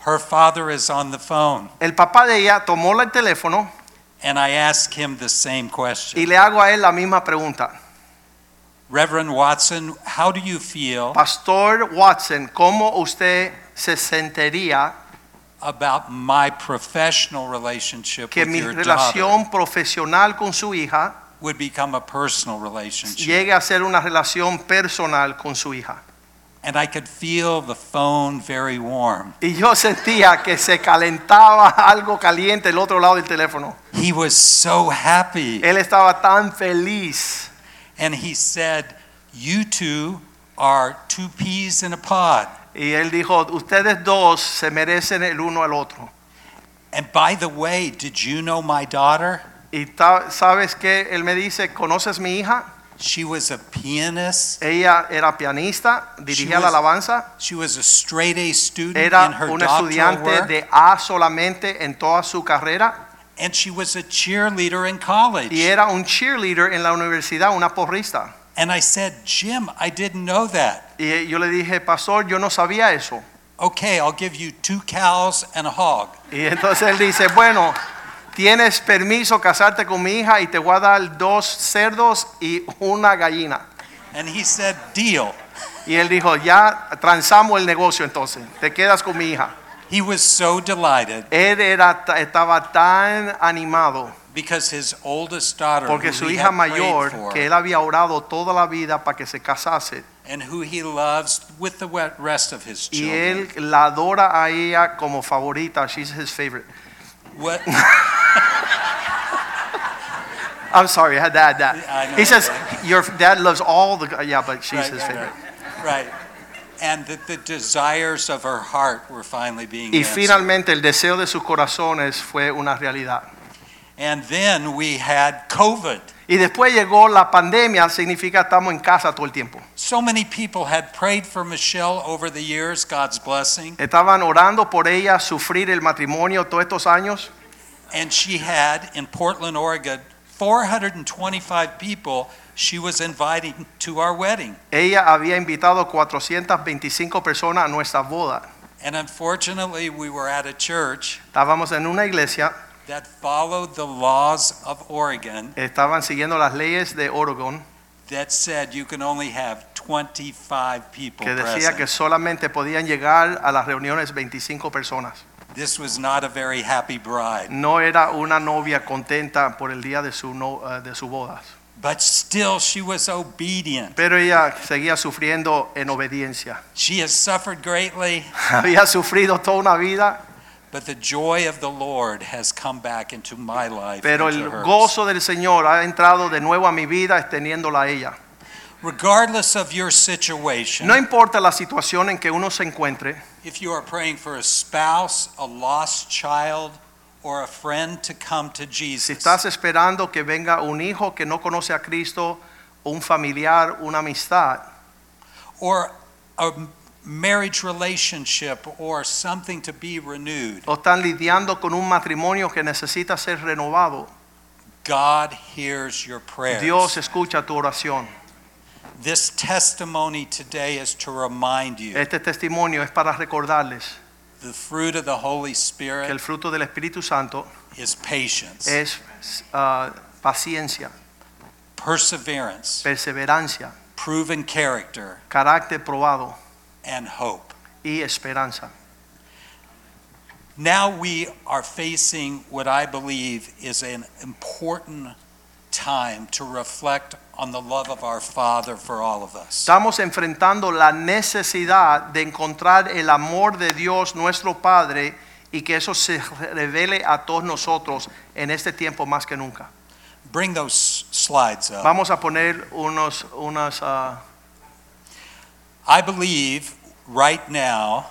Speaker 2: her father is on the phone,
Speaker 3: El papá de ella tomó el teléfono
Speaker 2: and I ask him the same question.
Speaker 3: y le hago a él la misma pregunta.
Speaker 2: Reverend Watson, how do you feel
Speaker 3: Pastor Watson, ¿cómo usted se sentiría
Speaker 2: about my professional relationship
Speaker 3: que
Speaker 2: with
Speaker 3: mi
Speaker 2: your daughter
Speaker 3: relación profesional con su hija
Speaker 2: would become a personal relationship?
Speaker 3: llegue a ser una relación personal con su hija?
Speaker 2: And I could feel the phone very warm.
Speaker 3: Y yo sentía que se calentaba algo caliente el otro lado del teléfono.
Speaker 2: He was so happy.
Speaker 3: Él estaba tan feliz.
Speaker 2: And he said, You two are two peas in a pod.
Speaker 3: Y él dijo, ustedes dos se merecen el uno al otro.
Speaker 2: And by the way, did you know my daughter?
Speaker 3: Y ta- sabes que él me dice, ¿conoces mi hija?
Speaker 2: She was a pianist.
Speaker 3: Ella era pianista, dirigía la
Speaker 2: was-
Speaker 3: alabanza,
Speaker 2: She was a straight A student in
Speaker 3: era
Speaker 2: her
Speaker 3: una
Speaker 2: doctoral
Speaker 3: estudiante
Speaker 2: work.
Speaker 3: de A solamente en toda su carrera
Speaker 2: and she was a cheerleader in college.
Speaker 3: y era un cheerleader en la universidad, una porrista.
Speaker 2: And I said, Jim, I didn't know that.
Speaker 3: Y yo le dije, pastor, yo no sabía eso.
Speaker 2: Okay, I'll give you two cows and a hog.
Speaker 3: Y entonces él dice, bueno, tienes permiso casarte con mi hija y te voy a dar dos cerdos y una gallina.
Speaker 2: And he said, Deal.
Speaker 3: Y él dijo, ya transamos el negocio entonces, te quedas con mi hija.
Speaker 2: He was so delighted
Speaker 3: Él era, ta- estaba tan animado
Speaker 2: because his oldest daughter,
Speaker 3: porque
Speaker 2: who
Speaker 3: su
Speaker 2: he
Speaker 3: hija
Speaker 2: had prayed
Speaker 3: mayor,
Speaker 2: for,
Speaker 3: que él había orado toda la vida para que se casase,
Speaker 2: and who he loves with the we- rest of his
Speaker 3: y
Speaker 2: children.
Speaker 3: él la adora a ella como favorita, she's his favorite.
Speaker 2: What?
Speaker 3: I'm sorry, I had to add
Speaker 2: Yeah, I
Speaker 3: that.
Speaker 2: know.
Speaker 3: He says, your dad loves all the, yeah, but she's
Speaker 2: Right,
Speaker 3: his
Speaker 2: right,
Speaker 3: favorite.
Speaker 2: Right. And that the desires of her heart were finally being
Speaker 3: Y
Speaker 2: answered.
Speaker 3: finalmente el deseo de sus corazones fue una realidad.
Speaker 2: and then we had COVID.
Speaker 3: Y después llegó la pandemia, significa estamos en casa todo el tiempo.
Speaker 2: So many people had prayed for Michelle over the years, God's blessing,
Speaker 3: Estaban orando por ella sufrir el matrimonio todos estos años
Speaker 2: and she had in Portland, Oregon, 425 people she was inviting to our wedding.
Speaker 3: Ella había invitado 425 personas a nuestra boda.
Speaker 2: And unfortunately, we were at a church
Speaker 3: Estábamos en una iglesia,
Speaker 2: that followed the laws of Oregon
Speaker 3: estaban siguiendo las leyes de Oregon
Speaker 2: that said you can only have 25 people
Speaker 3: que decía
Speaker 2: present.
Speaker 3: que solamente podían llegar a las reuniones 25 personas.
Speaker 2: This was not a very happy bride.
Speaker 3: No era una novia contenta por el día de su, no- eh, de su boda.
Speaker 2: But still, she was obedient.
Speaker 3: Pero ella seguía sufriendo en obediencia.
Speaker 2: She has suffered greatly,
Speaker 3: Había sufrido toda una vida,
Speaker 2: but the joy of the Lord has come back into my life.
Speaker 3: pero
Speaker 2: into
Speaker 3: el
Speaker 2: hers.
Speaker 3: gozo del Señor ha entrado de nuevo a mi vida teniéndola a ella.
Speaker 2: Regardless of your situation,
Speaker 3: No importa la situación en que uno se encuentre,
Speaker 2: if you are praying for a spouse, a lost child, or a friend to come to
Speaker 3: si
Speaker 2: Jesus,
Speaker 3: estás esperando que venga un hijo que no conoce a Cristo, un familiar, una amistad,
Speaker 2: or a marriage relationship, or something to be renewed,
Speaker 3: o están lidiando con un matrimonio que necesita ser renovado,
Speaker 2: God hears your prayers.
Speaker 3: Dios escucha tu oración.
Speaker 2: This testimony today is to remind you
Speaker 3: Este testimonio es para recordarles
Speaker 2: the fruit of the Holy
Speaker 3: que el
Speaker 2: Spirit
Speaker 3: fruto del Espíritu Santo
Speaker 2: is patience,
Speaker 3: es ah, paciencia,
Speaker 2: perseverance,
Speaker 3: perseverancia,
Speaker 2: proven character,
Speaker 3: carácter probado
Speaker 2: and hope.
Speaker 3: y esperanza.
Speaker 2: Now we are facing what I believe is an important time to reflect on the love of our Father for all of us.
Speaker 3: Estamos enfrentando la necesidad de encontrar el amor de Dios nuestro Padre y que eso se revele a todos nosotros en este tiempo más que nunca.
Speaker 2: Bring those slides up.
Speaker 3: Vamos a poner unos, unas, ah,
Speaker 2: I believe right now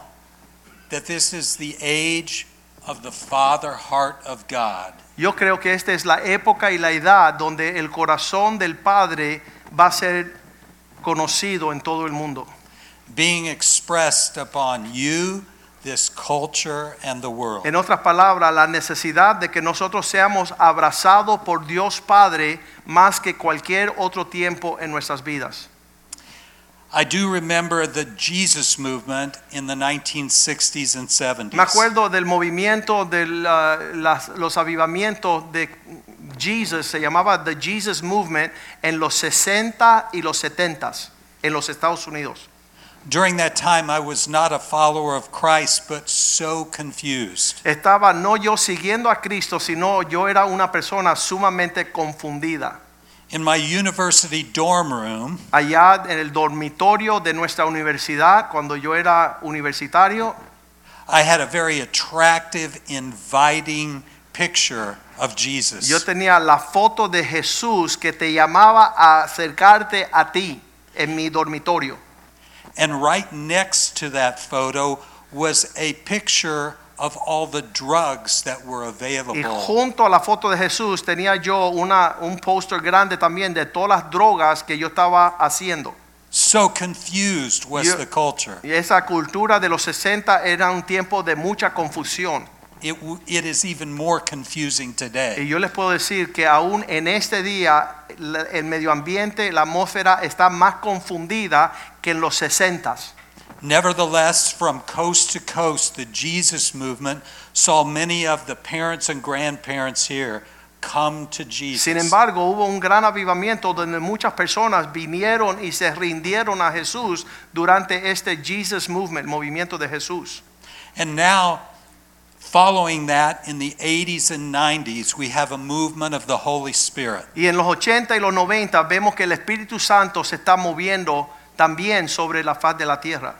Speaker 2: that this is the age of the Father heart of God.
Speaker 3: yo creo que esta es la época y la edad donde el corazón del Padre va a ser conocido en todo el mundo.
Speaker 2: being expressed upon you, this culture, and the world.
Speaker 3: En otras palabras, la necesidad de que nosotros seamos abrazados por Dios Padre más que cualquier otro tiempo en nuestras vidas.
Speaker 2: I do remember the Jesus movement in the 1960s and 70s.
Speaker 3: Me acuerdo del movimiento de la- las- los avivamientos de Jesus, se llamaba The Jesus Movement en los 60 y los 70 en los Estados Unidos.
Speaker 2: During that time, I was not a follower of Christ, but so confused.
Speaker 3: Estaba no yo siguiendo a Cristo, sino yo era una persona sumamente confundida.
Speaker 2: In my university dorm room,
Speaker 3: Allá en el dormitorio de nuestra universidad, cuando yo era universitario,
Speaker 2: I had a very attractive, inviting picture of Jesus.
Speaker 3: yo tenía la foto de Jesús que te llamaba a acercarte a ti en mi dormitorio.
Speaker 2: And right next to that photo was a picture of all the drugs that were
Speaker 3: Y
Speaker 2: available
Speaker 3: junto a la foto de Jesús tenía yo una, un póster grande también de todas las drogas que yo estaba haciendo.
Speaker 2: So confused was
Speaker 3: You-
Speaker 2: the culture.
Speaker 3: Y esa cultura de los 60 era un tiempo de mucha confusión.
Speaker 2: It, w- it is even more confusing
Speaker 3: Y
Speaker 2: today.
Speaker 3: yo les puedo decir que aún en este día la- el medio ambiente, la atmósfera está más confundida que en los 60.
Speaker 2: Nevertheless, from coast to coast, the Jesus movement saw many of the parents and grandparents here come to
Speaker 3: Sin
Speaker 2: Jesus.
Speaker 3: embargo, hubo un gran avivamiento donde muchas personas vinieron y se rindieron a Jesús durante este Jesus Movement, movimiento de Jesús.
Speaker 2: And now, following that, in the 80s and 90s, we have a movement of the Holy Spirit.
Speaker 3: Y en los 80 y los 90 vemos que el Espíritu Santo se está moviendo también sobre la faz de la tierra.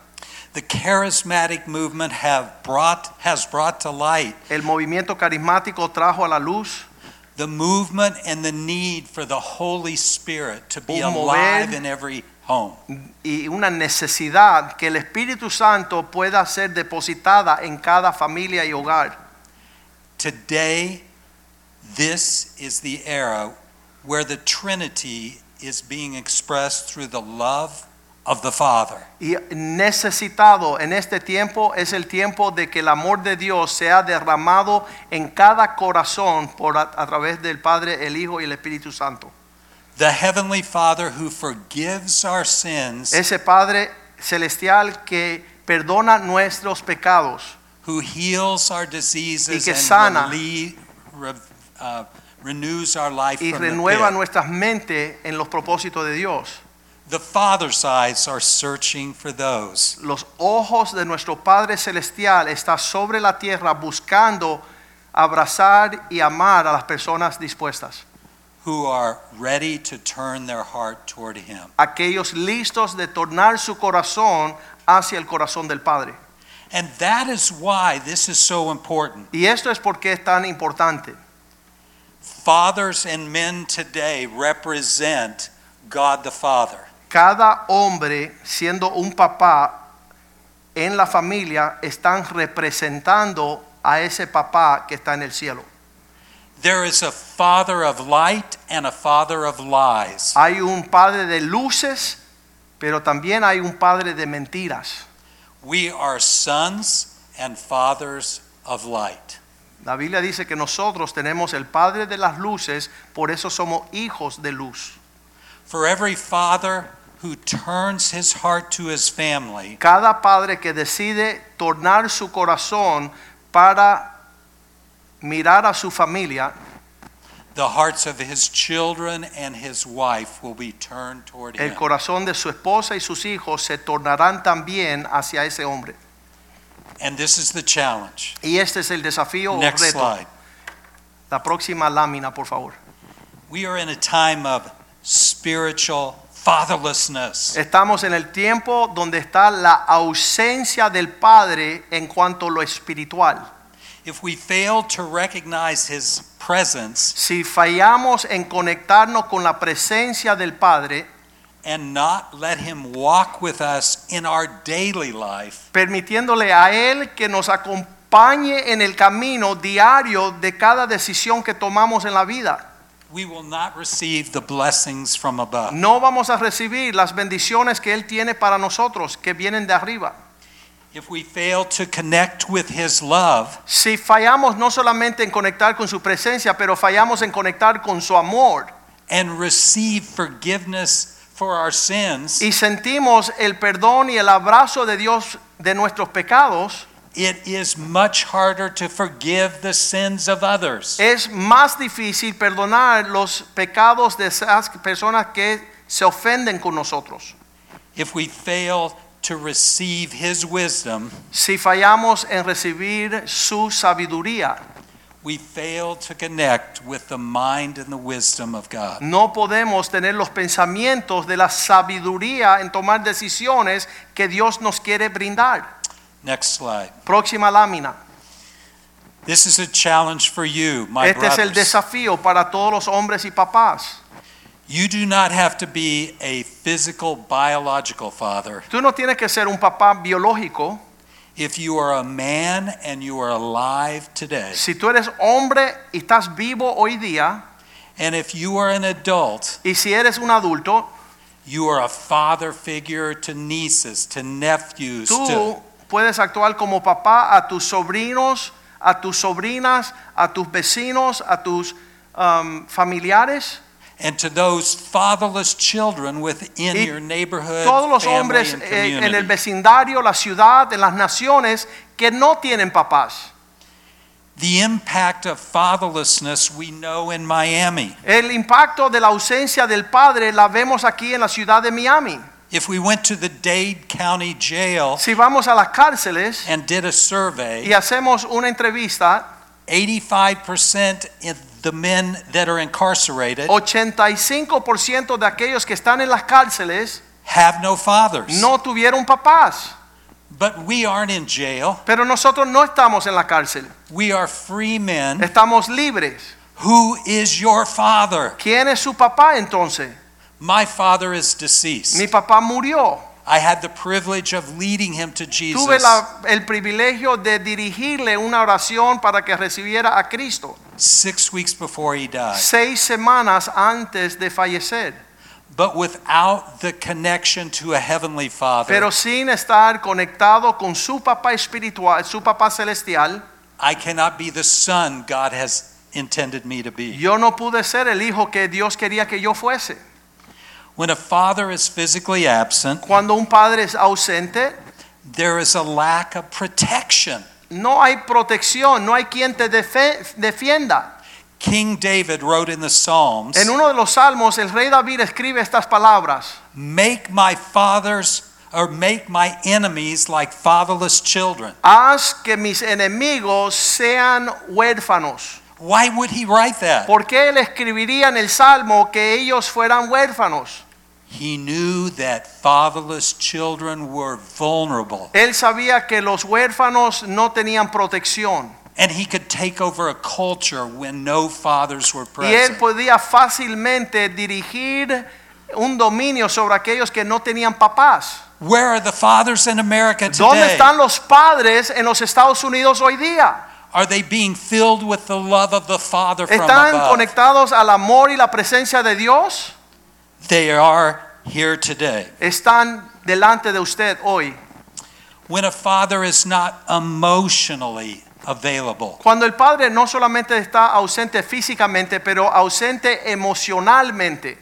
Speaker 2: The charismatic movement have brought, has brought to light
Speaker 3: El movimiento carismático trajo a la luz
Speaker 2: the movement and the need for the Holy Spirit to be
Speaker 3: Un mover.
Speaker 2: alive in every home.
Speaker 3: y una necesidad que el Espíritu Santo pueda ser depositada en cada familia y hogar.
Speaker 2: Today, this is the era where the Trinity is being expressed through the love of the Father.
Speaker 3: Y necesitado en este tiempo es el tiempo de que el amor de Dios sea derramado en cada corazón por a, a través del Padre, el Hijo y el Espíritu Santo.
Speaker 2: The Heavenly Father who forgives our sins,
Speaker 3: Ese Padre celestial que perdona nuestros pecados
Speaker 2: who heals our diseases
Speaker 3: Y que
Speaker 2: and
Speaker 3: sana.
Speaker 2: relie- re- uh, renews our life
Speaker 3: y
Speaker 2: from the
Speaker 3: renueva
Speaker 2: pit.
Speaker 3: nuestras mentes en los propósitos de Dios.
Speaker 2: The Father's eyes are searching for those
Speaker 3: Los ojos de nuestro Padre celestial están sobre la tierra buscando abrazar y amar a las personas dispuestas.
Speaker 2: who are ready to turn their heart toward Him.
Speaker 3: aquellos listos de tornar su corazón hacia el corazón del Padre.
Speaker 2: And that is why this is so important.
Speaker 3: Y esto es porque es tan importante.
Speaker 2: Fathers and men today represent God the Father.
Speaker 3: Cada hombre, siendo un papá en la familia, están representando a ese papá que está en el cielo.
Speaker 2: There is a father of light and a father of lies.
Speaker 3: Hay un padre de luces, pero también hay un padre de mentiras.
Speaker 2: We are sons and fathers of light.
Speaker 3: La Biblia dice que nosotros tenemos el padre de las luces, por eso somos hijos de luz.
Speaker 2: For every father who turns his heart to his family,
Speaker 3: Cada padre que decide tornar su corazón para mirar a su familia,
Speaker 2: the hearts of his children and his wife will be turned toward
Speaker 3: el
Speaker 2: him.
Speaker 3: corazón de su esposa y sus hijos se tornarán también hacia ese hombre.
Speaker 2: And this is the challenge.
Speaker 3: Y este es el desafío o
Speaker 2: Next
Speaker 3: reto.
Speaker 2: slide.
Speaker 3: La próxima lámina, por favor.
Speaker 2: We are in a time of spiritual fatherlessness.
Speaker 3: Estamos en el tiempo donde está la ausencia del padre en cuanto a lo espiritual.
Speaker 2: If we fail to recognize his presence
Speaker 3: Si fallamos en conectarnos con la presencia del padre,
Speaker 2: and not let him walk with us in our daily life,
Speaker 3: permitiéndole a Él que nos acompañe en el camino diario de cada decisión que tomamos en la vida.
Speaker 2: we will not receive the blessings from above.
Speaker 3: No vamos a recibir las bendiciones que Él tiene para nosotros, que vienen de arriba.
Speaker 2: If we fail to connect with his love,
Speaker 3: Si fallamos no solamente en conectar con su presencia, pero fallamos en conectar con su amor
Speaker 2: and receive forgiveness for our sins,
Speaker 3: y sentimos el perdón y el abrazo de Dios de nuestros pecados,
Speaker 2: it is much harder to forgive the sins of others.
Speaker 3: es más difícil perdonar los pecados de esas personas que se ofenden con nosotros.
Speaker 2: If we fail to receive his wisdom,
Speaker 3: Si fallamos en recibir su sabiduría,
Speaker 2: we fail to connect with the mind and the wisdom of God.
Speaker 3: no podemos tener los pensamientos de la sabiduría en tomar decisiones que Dios nos quiere brindar.
Speaker 2: Next slide.
Speaker 3: Próxima lámina.
Speaker 2: This is a challenge for you, my
Speaker 3: Este es el
Speaker 2: brothers.
Speaker 3: desafío para todos los hombres y papás.
Speaker 2: You do not have to be a physical, biological father.
Speaker 3: Tú no tienes que ser un papá biológico.
Speaker 2: If you are a man and you are alive today,
Speaker 3: Si tú eres hombre y estás vivo hoy día,
Speaker 2: and if you are an adult,
Speaker 3: y si eres un adulto,
Speaker 2: you are a father figure to nieces, to nephews, to
Speaker 3: tú puedes actuar como papá a tus sobrinos, a tus sobrinas, a tus vecinos, a tus um, familiares.
Speaker 2: and to those fatherless children within
Speaker 3: Y
Speaker 2: your neighborhood,
Speaker 3: Todos los
Speaker 2: family,
Speaker 3: hombres
Speaker 2: and
Speaker 3: eh, en el
Speaker 2: community.
Speaker 3: vecindario, la ciudad, en las naciones que no tienen papás.
Speaker 2: The impact of fatherlessness we know in Miami.
Speaker 3: El impacto de la ausencia del padre la vemos aquí en la ciudad de Miami.
Speaker 2: If we went to the Dade County Jail
Speaker 3: Si vamos a las cárceles
Speaker 2: and did a survey,
Speaker 3: y hacemos una entrevista,
Speaker 2: 85% of the men that are incarcerated
Speaker 3: Oh. 85% de aquellos que están en las cárceles
Speaker 2: have no fathers.
Speaker 3: no tuvieron papás.
Speaker 2: But we aren't in jail.
Speaker 3: Pero nosotros no estamos en la cárcel,
Speaker 2: We are free men.
Speaker 3: estamos libres.
Speaker 2: Who is your father?
Speaker 3: ¿Quién es su papá entonces?
Speaker 2: My father is
Speaker 3: Mi
Speaker 2: deceased.
Speaker 3: papá murió.
Speaker 2: I had the privilege of leading him to
Speaker 3: Tuve
Speaker 2: Jesus.
Speaker 3: la- el privilegio de dirigirle una oración para que recibiera a Cristo
Speaker 2: Six weeks before he died.
Speaker 3: seis semanas antes de fallecer.
Speaker 2: but without the connection to a heavenly Father,
Speaker 3: Pero sin estar conectado con su papá espiritual, su papá celestial,
Speaker 2: I cannot be the son God has intended me to be.
Speaker 3: yo no pude ser el hijo que Dios quería que yo fuese.
Speaker 2: When a father is physically absent,
Speaker 3: Cuando un padre es ausente,
Speaker 2: there is a lack of protection.
Speaker 3: no hay protección, no hay quien te defe- defienda.
Speaker 2: King David wrote in the Psalms,
Speaker 3: En uno de los salmos, el rey David escribe estas palabras.
Speaker 2: "Make my fathers or make my enemies like fatherless children."
Speaker 3: Haz que mis enemigos sean huérfanos.
Speaker 2: Why would he write that?
Speaker 3: ¿Por qué él escribiría en el salmo que ellos fueran huérfanos?
Speaker 2: He knew that fatherless children were vulnerable
Speaker 3: Él sabía que los huérfanos no tenían protección
Speaker 2: and he could take over a culture when no fathers were
Speaker 3: y
Speaker 2: present.
Speaker 3: él podía fácilmente dirigir un dominio sobre aquellos que no tenían papás.
Speaker 2: Where are the fathers in America
Speaker 3: ¿Dónde
Speaker 2: today?
Speaker 3: están los padres en los Estados Unidos hoy día?
Speaker 2: Are they being filled with the love of the Father from
Speaker 3: ¿Están
Speaker 2: above?
Speaker 3: conectados al amor y la presencia de Dios?
Speaker 2: They are here today.
Speaker 3: Están delante de usted hoy.
Speaker 2: When a father is not emotionally available,
Speaker 3: Cuando el padre no solamente está ausente físicamente, pero ausente emocionalmente.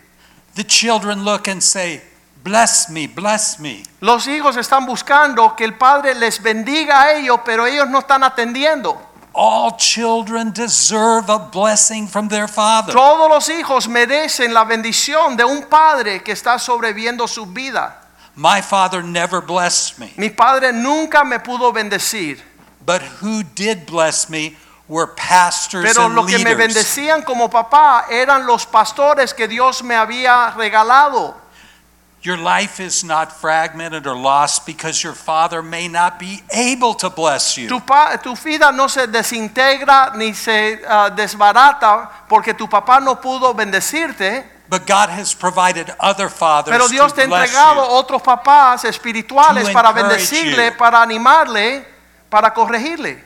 Speaker 2: the children look and say, Bless me, bless me.
Speaker 3: Los hijos están buscando que el padre les bendiga a ellos, pero ellos no están atendiendo.
Speaker 2: All children deserve a blessing from their father.
Speaker 3: Todos los hijos merecen la bendición de un padre que está sobreviviendo su vida.
Speaker 2: My father never blessed me,
Speaker 3: Mi padre nunca me pudo bendecir,
Speaker 2: but who did bless me were pastors
Speaker 3: pero
Speaker 2: and
Speaker 3: lo que me
Speaker 2: leaders.
Speaker 3: bendecían como papá eran los pastores que Dios me había regalado.
Speaker 2: Your life is not fragmented or lost because your father may not be able to bless you.
Speaker 3: Tu, pa- tu vida no se desintegra ni se ah, desbarata porque tu papá no pudo bendecirte,
Speaker 2: But God has provided other fathers
Speaker 3: pero Dios
Speaker 2: to
Speaker 3: te ha
Speaker 2: bless
Speaker 3: entregado
Speaker 2: you.
Speaker 3: otros papás espirituales
Speaker 2: To
Speaker 3: para
Speaker 2: encourage
Speaker 3: bendecirle,
Speaker 2: you.
Speaker 3: para animarle, para corregirle.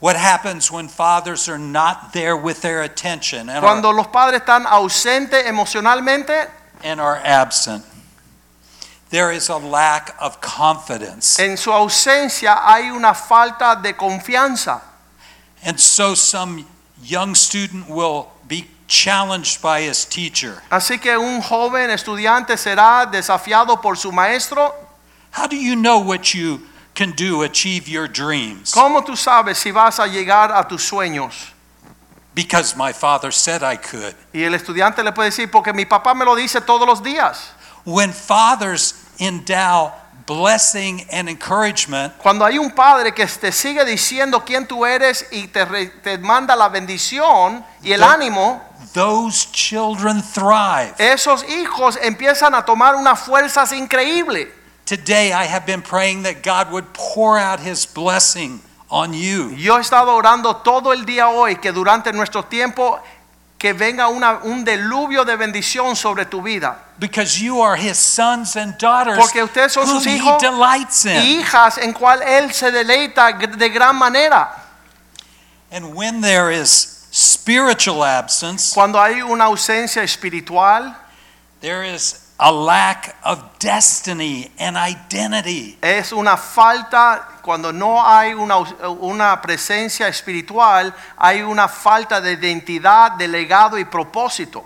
Speaker 2: What happens when fathers are not there with their attention and,
Speaker 3: Cuando
Speaker 2: are,
Speaker 3: los padres están ausentes emocionalmente,
Speaker 2: and are absent? There is a lack of confidence.
Speaker 3: en su ausencia hay una falta de confianza.
Speaker 2: And so some young student will be challenged by his teacher.
Speaker 3: Así que un joven estudiante será desafiado por su maestro.
Speaker 2: How do you know what you can do, achieve your dreams?
Speaker 3: ¿Cómo tú sabes si vas a llegar a tus sueños?
Speaker 2: Because my father said I could.
Speaker 3: Y el estudiante le puede decir, porque mi papá me lo dice todos los días.
Speaker 2: When fathers endow blessing and encouragement,
Speaker 3: Cuando hay un padre que te sigue diciendo quién tú eres y te, re- te manda la bendición y el
Speaker 2: Yo-
Speaker 3: ánimo,
Speaker 2: those children thrive.
Speaker 3: esos hijos empiezan a tomar unas fuerzas increíbles.
Speaker 2: Today I have been praying that God would pour out his blessing on you.
Speaker 3: Yo he estado orando todo el día hoy que durante nuestro tiempo que venga una- un deluvio de bendición sobre tu vida.
Speaker 2: Because you are his sons and daughters
Speaker 3: Porque ustedes son
Speaker 2: whom
Speaker 3: sus
Speaker 2: he
Speaker 3: hijos
Speaker 2: delights in.
Speaker 3: Y hijas en cual Él se deleita gr- de gran manera.
Speaker 2: And when there is spiritual absence,
Speaker 3: Cuando hay una ausencia espiritual,
Speaker 2: there is a lack of destiny and identity.
Speaker 3: es una falta, cuando no hay una, aus- una presencia espiritual, hay una falta de identidad, de legado y propósito.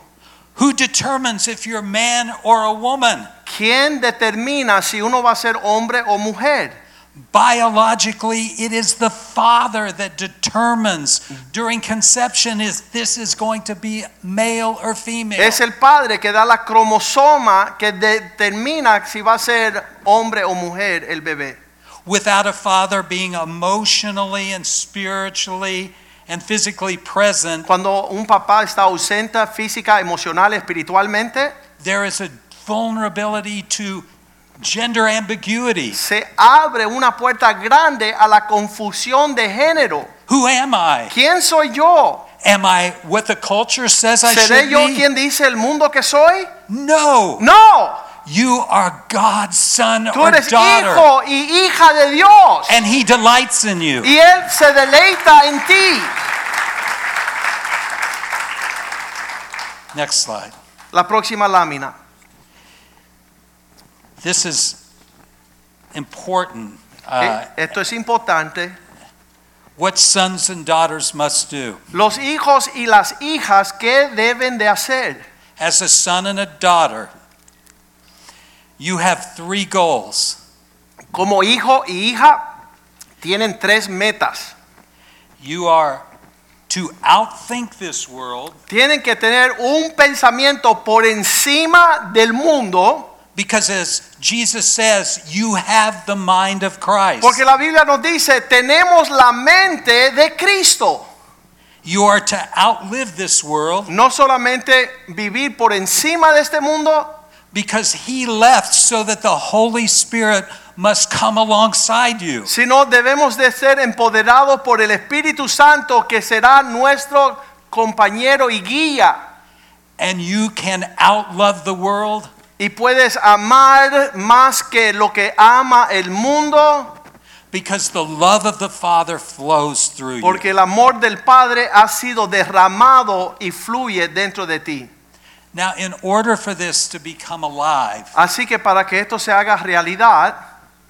Speaker 2: Who determines if you're a man or a woman?
Speaker 3: ¿Quién determina si uno va a ser hombre o mujer?
Speaker 2: Biologically, it is the father that determines during conception if this is going to be male or female.
Speaker 3: Es el padre que da la cromosoma que determina si va a ser hombre o mujer el bebé.
Speaker 2: Without a father being emotionally and spiritually and physically present,
Speaker 3: Cuando un papá está ausente física, emocional, espiritualmente,
Speaker 2: there is a vulnerability to gender ambiguity.
Speaker 3: se abre una puerta grande a la confusión de género.
Speaker 2: Who am I?
Speaker 3: ¿Quién soy yo?
Speaker 2: Am I what the culture says I
Speaker 3: ¿Seré
Speaker 2: should
Speaker 3: yo
Speaker 2: be?
Speaker 3: quien dice el mundo que soy?
Speaker 2: No,
Speaker 3: No,
Speaker 2: you are God's son
Speaker 3: tú
Speaker 2: or
Speaker 3: eres
Speaker 2: daughter, Eh.
Speaker 3: hijo y hija de Dios.
Speaker 2: and He delights in you.
Speaker 3: Y Él se deleita en ti.
Speaker 2: Next slide.
Speaker 3: La próxima lámina.
Speaker 2: This is important. Uh,
Speaker 3: Eh, Esto es importante.
Speaker 2: what sons and daughters must do.
Speaker 3: Los hijos y las hijas, ¿qué deben de hacer?
Speaker 2: As a son and a daughter, you have three goals.
Speaker 3: Como hijo y hija, tienen tres metas.
Speaker 2: You are to outthink this world
Speaker 3: Tienen que tener un pensamiento por encima del mundo,
Speaker 2: because, as Jesus says, you have the mind of Christ.
Speaker 3: porque la Biblia nos dice, tenemos la mente de Cristo.
Speaker 2: You are to outlive this world
Speaker 3: No solamente vivir por encima de este mundo,
Speaker 2: because He left so that the Holy Spirit must come alongside you.
Speaker 3: sino debemos de ser empoderados por el Espíritu Santo, que será nuestro compañero y guía.
Speaker 2: And you can outlove the world
Speaker 3: Y puedes amar más que lo que ama el mundo,
Speaker 2: because the love of the Father flows through you.
Speaker 3: porque el amor del Padre ha sido derramado y fluye dentro de ti.
Speaker 2: Now, in order for this to become alive,
Speaker 3: Así que para que esto se haga realidad,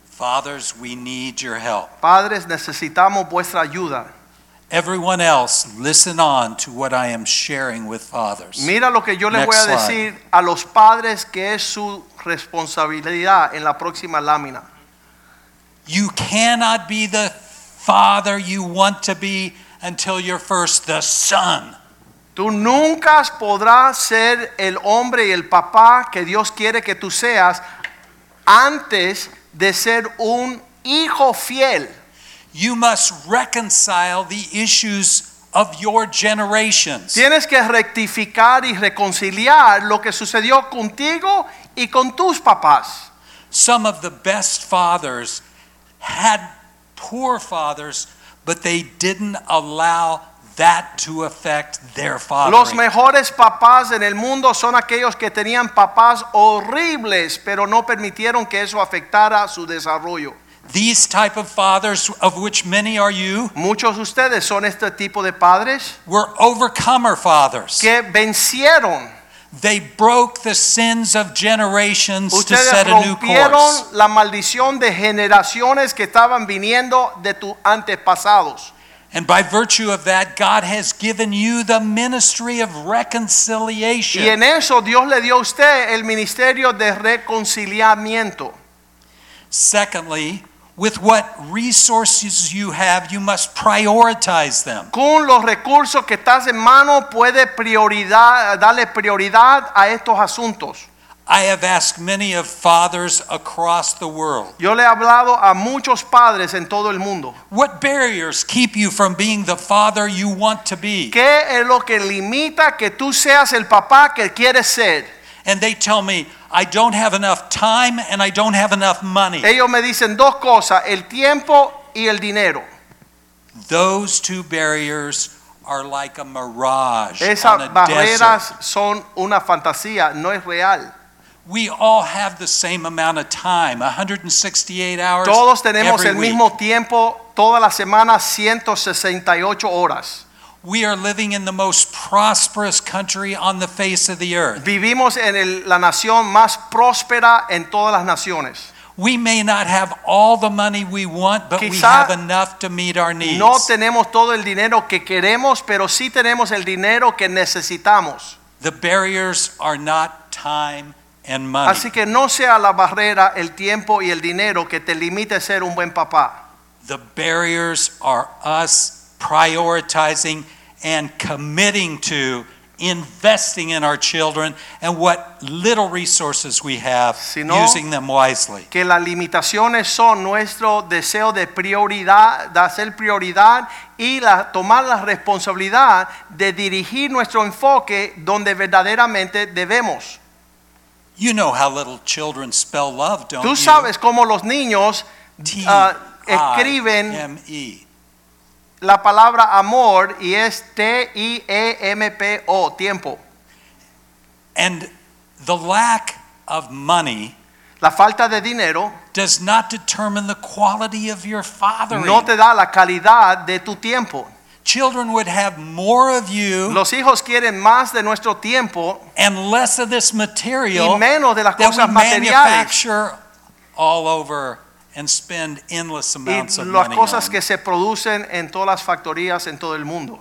Speaker 2: fathers, we need your help.
Speaker 3: padres, necesitamos vuestra ayuda.
Speaker 2: Everyone else, listen on to what I am sharing with fathers.
Speaker 3: Mira lo que yo les voy a
Speaker 2: Next
Speaker 3: decir a los padres que es su responsabilidad en la próxima lámina.
Speaker 2: You cannot be the father you want to be until you're first the son.
Speaker 3: Tú nunca podrás ser el hombre y el papá que Dios quiere que tú seas antes de ser un hijo fiel.
Speaker 2: You must reconcile the issues of your generations.
Speaker 3: Tienes que rectificar y reconciliar lo que sucedió contigo y con tus papás.
Speaker 2: Some of the best fathers had poor fathers, but they didn't allow that to affect their
Speaker 3: Los
Speaker 2: fathering.
Speaker 3: mejores papás en el mundo son aquellos que tenían papás horribles, pero no permitieron que eso afectara su desarrollo.
Speaker 2: These type of fathers, of which many are you,
Speaker 3: Muchos de ustedes son este tipo de padres
Speaker 2: were overcomer fathers.
Speaker 3: que vencieron
Speaker 2: They broke the sins of generations to
Speaker 3: Ustedes
Speaker 2: set a new course.
Speaker 3: rompieron la maldición de generaciones que estaban viniendo de tus antepasados.
Speaker 2: And by virtue of that, God has given you the ministry of reconciliation.
Speaker 3: Y en eso Dios le dio a usted el ministerio de reconciliamiento.
Speaker 2: Secondly, with what resources you have, you must prioritize them.
Speaker 3: Con los recursos que estás en mano puede prioridad, darle prioridad a estos asuntos.
Speaker 2: I have asked many of fathers across the world,
Speaker 3: Yo le he hablado a muchos padres en todo el mundo.
Speaker 2: what barriers keep you from being the father you want to be?
Speaker 3: ¿Qué es lo que limita que tú seas el papá que quieres ser?
Speaker 2: And they tell me, I don't have enough time and I don't have enough money.
Speaker 3: Ellos me dicen dos cosas, el tiempo y el dinero.
Speaker 2: Those two barriers are like a mirage on a
Speaker 3: Esas barreras
Speaker 2: desert.
Speaker 3: son una fantasía, no es real.
Speaker 2: We all have the same amount of time, 168 hours
Speaker 3: Todos tenemos
Speaker 2: every
Speaker 3: el
Speaker 2: week.
Speaker 3: mismo tiempo, toda la semana 168 horas.
Speaker 2: We are living in the most prosperous country on the face of the earth.
Speaker 3: Vivimos en el- la nación más próspera en todas las naciones.
Speaker 2: We may not have all the money we want, but we
Speaker 3: Quizá
Speaker 2: have enough to meet our needs.
Speaker 3: No tenemos todo el dinero que queremos, pero sí tenemos el dinero que necesitamos.
Speaker 2: the barriers are not time and money.
Speaker 3: Así que no sea la barrera el tiempo y el dinero que te limite a ser un buen papá.
Speaker 2: the barriers are us prioritizing and committing to investing in our children and what little resources we have,
Speaker 3: Si no-
Speaker 2: using them wisely.
Speaker 3: Que las limitaciones son nuestro deseo de prioridad, de hacer prioridad y la, tomar la responsabilidad de dirigir nuestro enfoque donde verdaderamente debemos.
Speaker 2: You know how little children spell love, don't you?
Speaker 3: Tú sabes uh, cómo los niños
Speaker 2: T
Speaker 3: ah,
Speaker 2: I
Speaker 3: escriben-
Speaker 2: M E.
Speaker 3: la palabra amor y es E T-I-E-M-P-O, tiempo.
Speaker 2: And the lack of money
Speaker 3: La falta de dinero
Speaker 2: does not determine the quality of your fathering.
Speaker 3: no te da la calidad de tu tiempo.
Speaker 2: Children would have more of you
Speaker 3: Los hijos quieren más de nuestro tiempo
Speaker 2: and less of this
Speaker 3: y
Speaker 2: material
Speaker 3: menos de las
Speaker 2: that
Speaker 3: cosas
Speaker 2: we
Speaker 3: materiales
Speaker 2: manufacture all over and spend endless amounts
Speaker 3: y
Speaker 2: of
Speaker 3: las
Speaker 2: money
Speaker 3: cosas
Speaker 2: on.
Speaker 3: que se producen en todas las factorías en todo el mundo.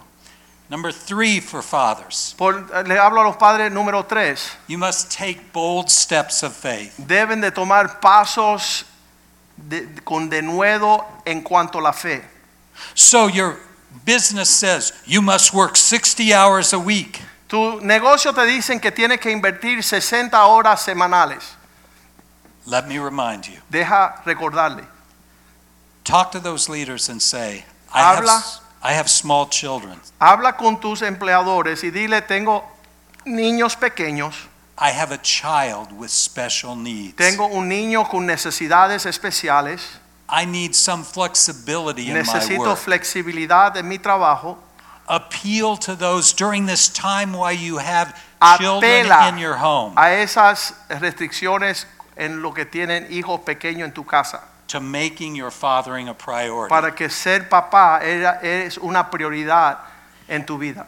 Speaker 2: Number three for fathers,
Speaker 3: Por- eh, le hablo a los padres número tres.
Speaker 2: you must take bold steps of faith.
Speaker 3: Deben de tomar pasos de- con denuedo en cuanto a la fe.
Speaker 2: So your business says you must work 60 hours a week.
Speaker 3: Tu negocio te dicen que tienes que invertir 60 horas semanales.
Speaker 2: Let me remind you.
Speaker 3: Deja recordarle.
Speaker 2: Talk to those leaders and say, I have,
Speaker 3: Habla.
Speaker 2: s- I have small children.
Speaker 3: Habla con tus empleadores y dile, tengo niños pequeños,
Speaker 2: I have a child with special needs.
Speaker 3: tengo un niño con necesidades especiales,
Speaker 2: I need some flexibility in my
Speaker 3: necesito
Speaker 2: work.
Speaker 3: flexibilidad en mi trabajo.
Speaker 2: Appeal to those during this time while you have children
Speaker 3: Apela
Speaker 2: in your home
Speaker 3: a esas restricciones en lo que tienen hijos pequeños en tu casa,
Speaker 2: to making your fathering a priority.
Speaker 3: para que ser papá era- es una prioridad en tu vida.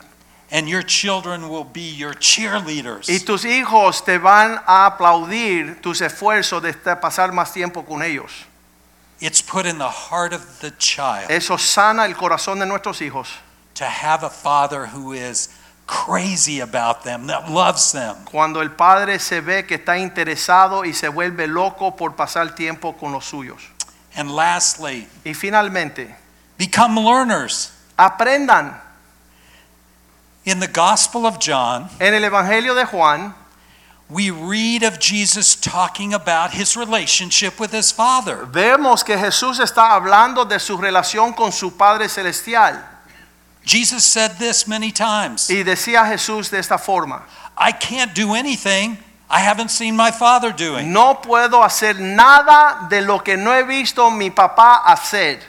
Speaker 2: and your children will be your cheerleaders.
Speaker 3: Y tus hijos te van a aplaudir tus esfuerzos de estar- pasar más tiempo con ellos.
Speaker 2: it's put in the heart of the child
Speaker 3: Eso sana el corazón de nuestros hijos.
Speaker 2: to have a father who is crazy about them, that loves them.
Speaker 3: Cuando el padre se ve que está interesado y se vuelve loco por pasar tiempo con los suyos.
Speaker 2: And lastly,
Speaker 3: Y finalmente,
Speaker 2: become learners.
Speaker 3: aprendan
Speaker 2: In the Gospel of John,
Speaker 3: en el Evangelio de Juan,
Speaker 2: we read of Jesus talking about his relationship with his Father.
Speaker 3: vemos que Jesús está hablando de su relación con su Padre Celestial.
Speaker 2: Jesus said this many times
Speaker 3: Y decía Jesús de esta forma,
Speaker 2: I can't do anything I haven't seen my Father doing.
Speaker 3: no puedo hacer nada de lo que no he visto mi papá hacer.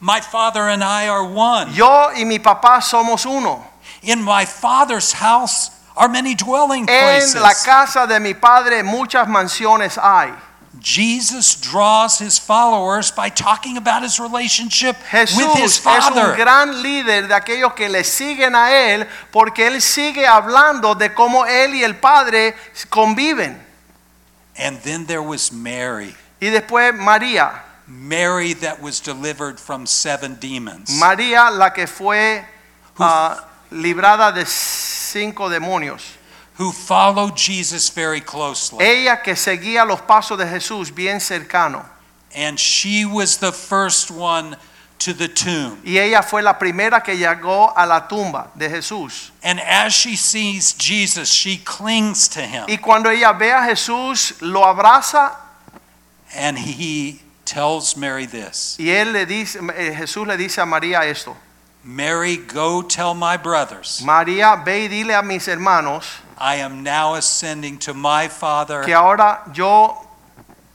Speaker 2: My Father and I are one.
Speaker 3: Yo y mi papá somos uno.
Speaker 2: In my Father's house are many dwelling places.
Speaker 3: En la casa de mi padre muchas mansiones hay.
Speaker 2: Jesus draws his followers by talking about his relationship with his
Speaker 3: Jesús es un
Speaker 2: Father.
Speaker 3: gran líder de aquellos que le siguen a él porque él sigue hablando de cómo él y el padre conviven.
Speaker 2: and then there was Mary.
Speaker 3: Y después María,
Speaker 2: Mary that was delivered from seven demons.
Speaker 3: María la que fue
Speaker 2: who,
Speaker 3: ah, librada de cinco demonios.
Speaker 2: who followed Jesus very closely.
Speaker 3: Ella que seguía los pasos de Jesús bien cercano.
Speaker 2: And she was the first one to the tomb.
Speaker 3: Y ella fue la primera que llegó a la tumba de Jesús.
Speaker 2: And as she sees Jesus, she clings to him.
Speaker 3: Y cuando ella ve a Jesús, lo abraza
Speaker 2: And he tells Mary this
Speaker 3: y él le dice, eh, Jesús le dice a María esto.
Speaker 2: Mary, go tell my brothers,
Speaker 3: María, ve y dile a mis hermanos
Speaker 2: I am now ascending to my Father
Speaker 3: que ahora yo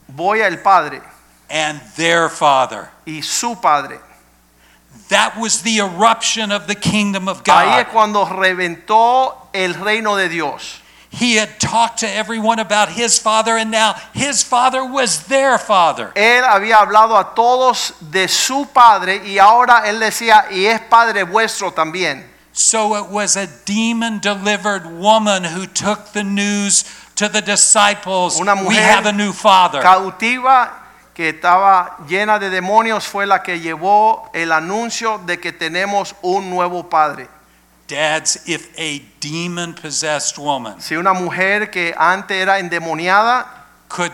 Speaker 3: voy al Padre
Speaker 2: and their Father.
Speaker 3: y su Padre.
Speaker 2: That was the eruption of the kingdom of
Speaker 3: Ahí es
Speaker 2: God.
Speaker 3: cuando reventó el reino de Dios.
Speaker 2: He had talked to everyone about his father, and now his father was their father.
Speaker 3: Él había hablado a todos de su Padre y ahora él decía, y es Padre vuestro también.
Speaker 2: So it was a demon delivered woman who took the news to the disciples.
Speaker 3: Una
Speaker 2: we
Speaker 3: mujer
Speaker 2: have a new father.
Speaker 3: Cautiva que estaba llena de demonios fue la que llevó el anuncio de que tenemos un nuevo Padre.
Speaker 2: Dads, if a demon possessed woman
Speaker 3: Si una mujer que antes era endemoniada
Speaker 2: could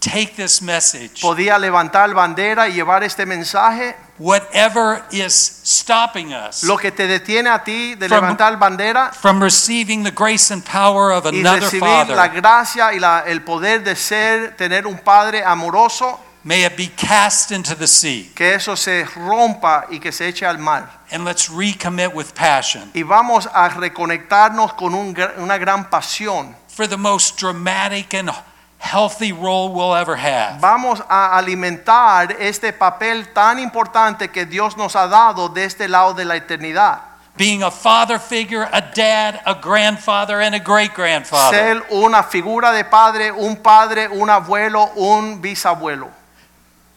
Speaker 2: take this message,
Speaker 3: podía levantar bandera y llevar este mensaje,
Speaker 2: whatever is stopping us
Speaker 3: lo que te detiene a ti de
Speaker 2: From-
Speaker 3: levantar bandera
Speaker 2: from receiving the grace and power of
Speaker 3: y
Speaker 2: another
Speaker 3: recibir
Speaker 2: father,
Speaker 3: la gracia y la- el poder de ser, tener un padre amoroso,
Speaker 2: may it be cast into the sea.
Speaker 3: que eso se rompa y que se eche al mar.
Speaker 2: And let's recommit with passion
Speaker 3: Y vamos a reconectarnos con un gr- una gran pasión.
Speaker 2: for the most dramatic and healthy role we'll ever have.
Speaker 3: Vamos a alimentar este papel tan importante que Dios nos ha dado de este lado de la eternidad.
Speaker 2: being a father figure, a dad, a grandfather, and a great grandfather.
Speaker 3: Ser una figura de padre, un padre, un abuelo, un bisabuelo.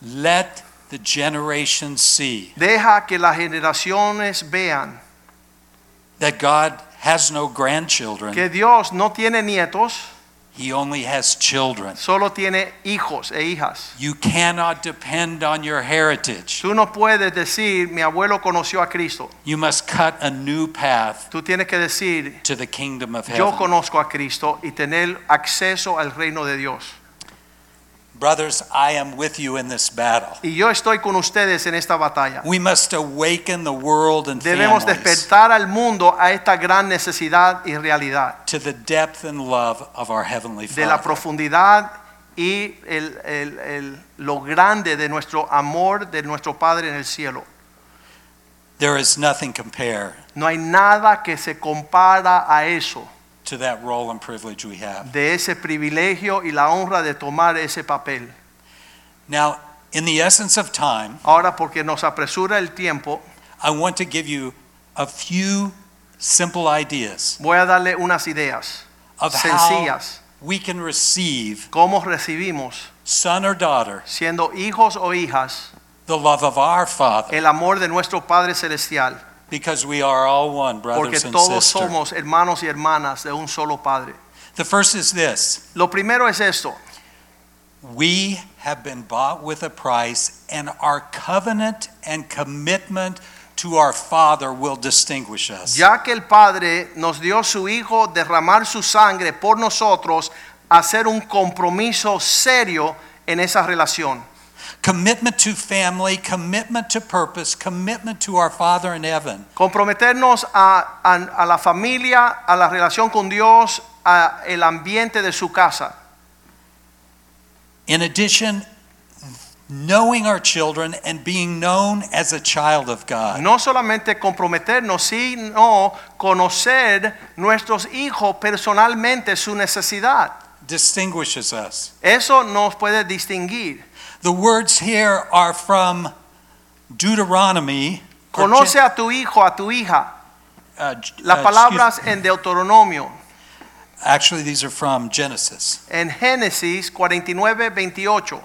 Speaker 2: Let the generations see
Speaker 3: Deja que las generaciones vean
Speaker 2: that God has no grandchildren,
Speaker 3: que Dios no tiene nietos,
Speaker 2: He only has children.
Speaker 3: solo tiene hijos e hijas.
Speaker 2: You cannot depend on your heritage.
Speaker 3: Tú no puedes decir, mi abuelo conoció a Cristo.
Speaker 2: You must cut a new path
Speaker 3: Tú tienes que decir,
Speaker 2: to the kingdom of
Speaker 3: yo
Speaker 2: heaven.
Speaker 3: conozco a Cristo y tener acceso al reino de Dios.
Speaker 2: Brothers, I am with you in this battle.
Speaker 3: Y yo estoy con ustedes en esta batalla.
Speaker 2: We must awaken the world and
Speaker 3: Debemos
Speaker 2: families
Speaker 3: despertar al mundo a esta gran necesidad y realidad
Speaker 2: to the depth and love of our Heavenly
Speaker 3: de la
Speaker 2: Father.
Speaker 3: profundidad y el- el- el- lo grande de nuestro amor de nuestro Padre en el cielo.
Speaker 2: There is nothing compare
Speaker 3: No hay nada que se compara a eso,
Speaker 2: to that role and privilege we have.
Speaker 3: de ese privilegio y la honra de tomar ese papel.
Speaker 2: Now, in the essence of time,
Speaker 3: Ahora, porque nos apresura el tiempo,
Speaker 2: I want to give you a few simple ideas
Speaker 3: voy a darle unas ideas
Speaker 2: of how
Speaker 3: sencillas.
Speaker 2: we can receive,
Speaker 3: ¿Cómo recibimos,
Speaker 2: son or daughter,
Speaker 3: siendo hijos o hijas,
Speaker 2: the love of our Father.
Speaker 3: el amor de nuestro Padre Celestial?
Speaker 2: Because we are all one,
Speaker 3: Porque
Speaker 2: brothers and
Speaker 3: todos
Speaker 2: sisters.
Speaker 3: somos hermanos y hermanas de un solo Padre.
Speaker 2: The first is this
Speaker 3: Lo primero es esto.
Speaker 2: we have been bought with a price, and our covenant and commitment to our Father will distinguish us.
Speaker 3: Ya que el Padre nos dio su Hijo derramar su sangre por nosotros, hacer un compromiso serio en esa relación.
Speaker 2: Commitment to family, commitment to purpose, commitment to our Father in heaven.
Speaker 3: Comprometernos a, a- a la familia, a la relación con Dios, a el ambiente de su casa.
Speaker 2: In addition, knowing our children and being known as a child of God.
Speaker 3: No solamente comprometernos, sino conocer nuestros hijos personalmente, su necesidad.
Speaker 2: distinguishes us.
Speaker 3: Eso nos puede distinguir.
Speaker 2: The words here are from Deuteronomy. or
Speaker 3: Conoce
Speaker 2: Gen-
Speaker 3: a tu hijo, a tu hija.
Speaker 2: uh, J-
Speaker 3: Las
Speaker 2: uh,
Speaker 3: palabras
Speaker 2: excuse-
Speaker 3: en Deuteronomio,
Speaker 2: actually, these are from Genesis.
Speaker 3: en Génesis 49, 28.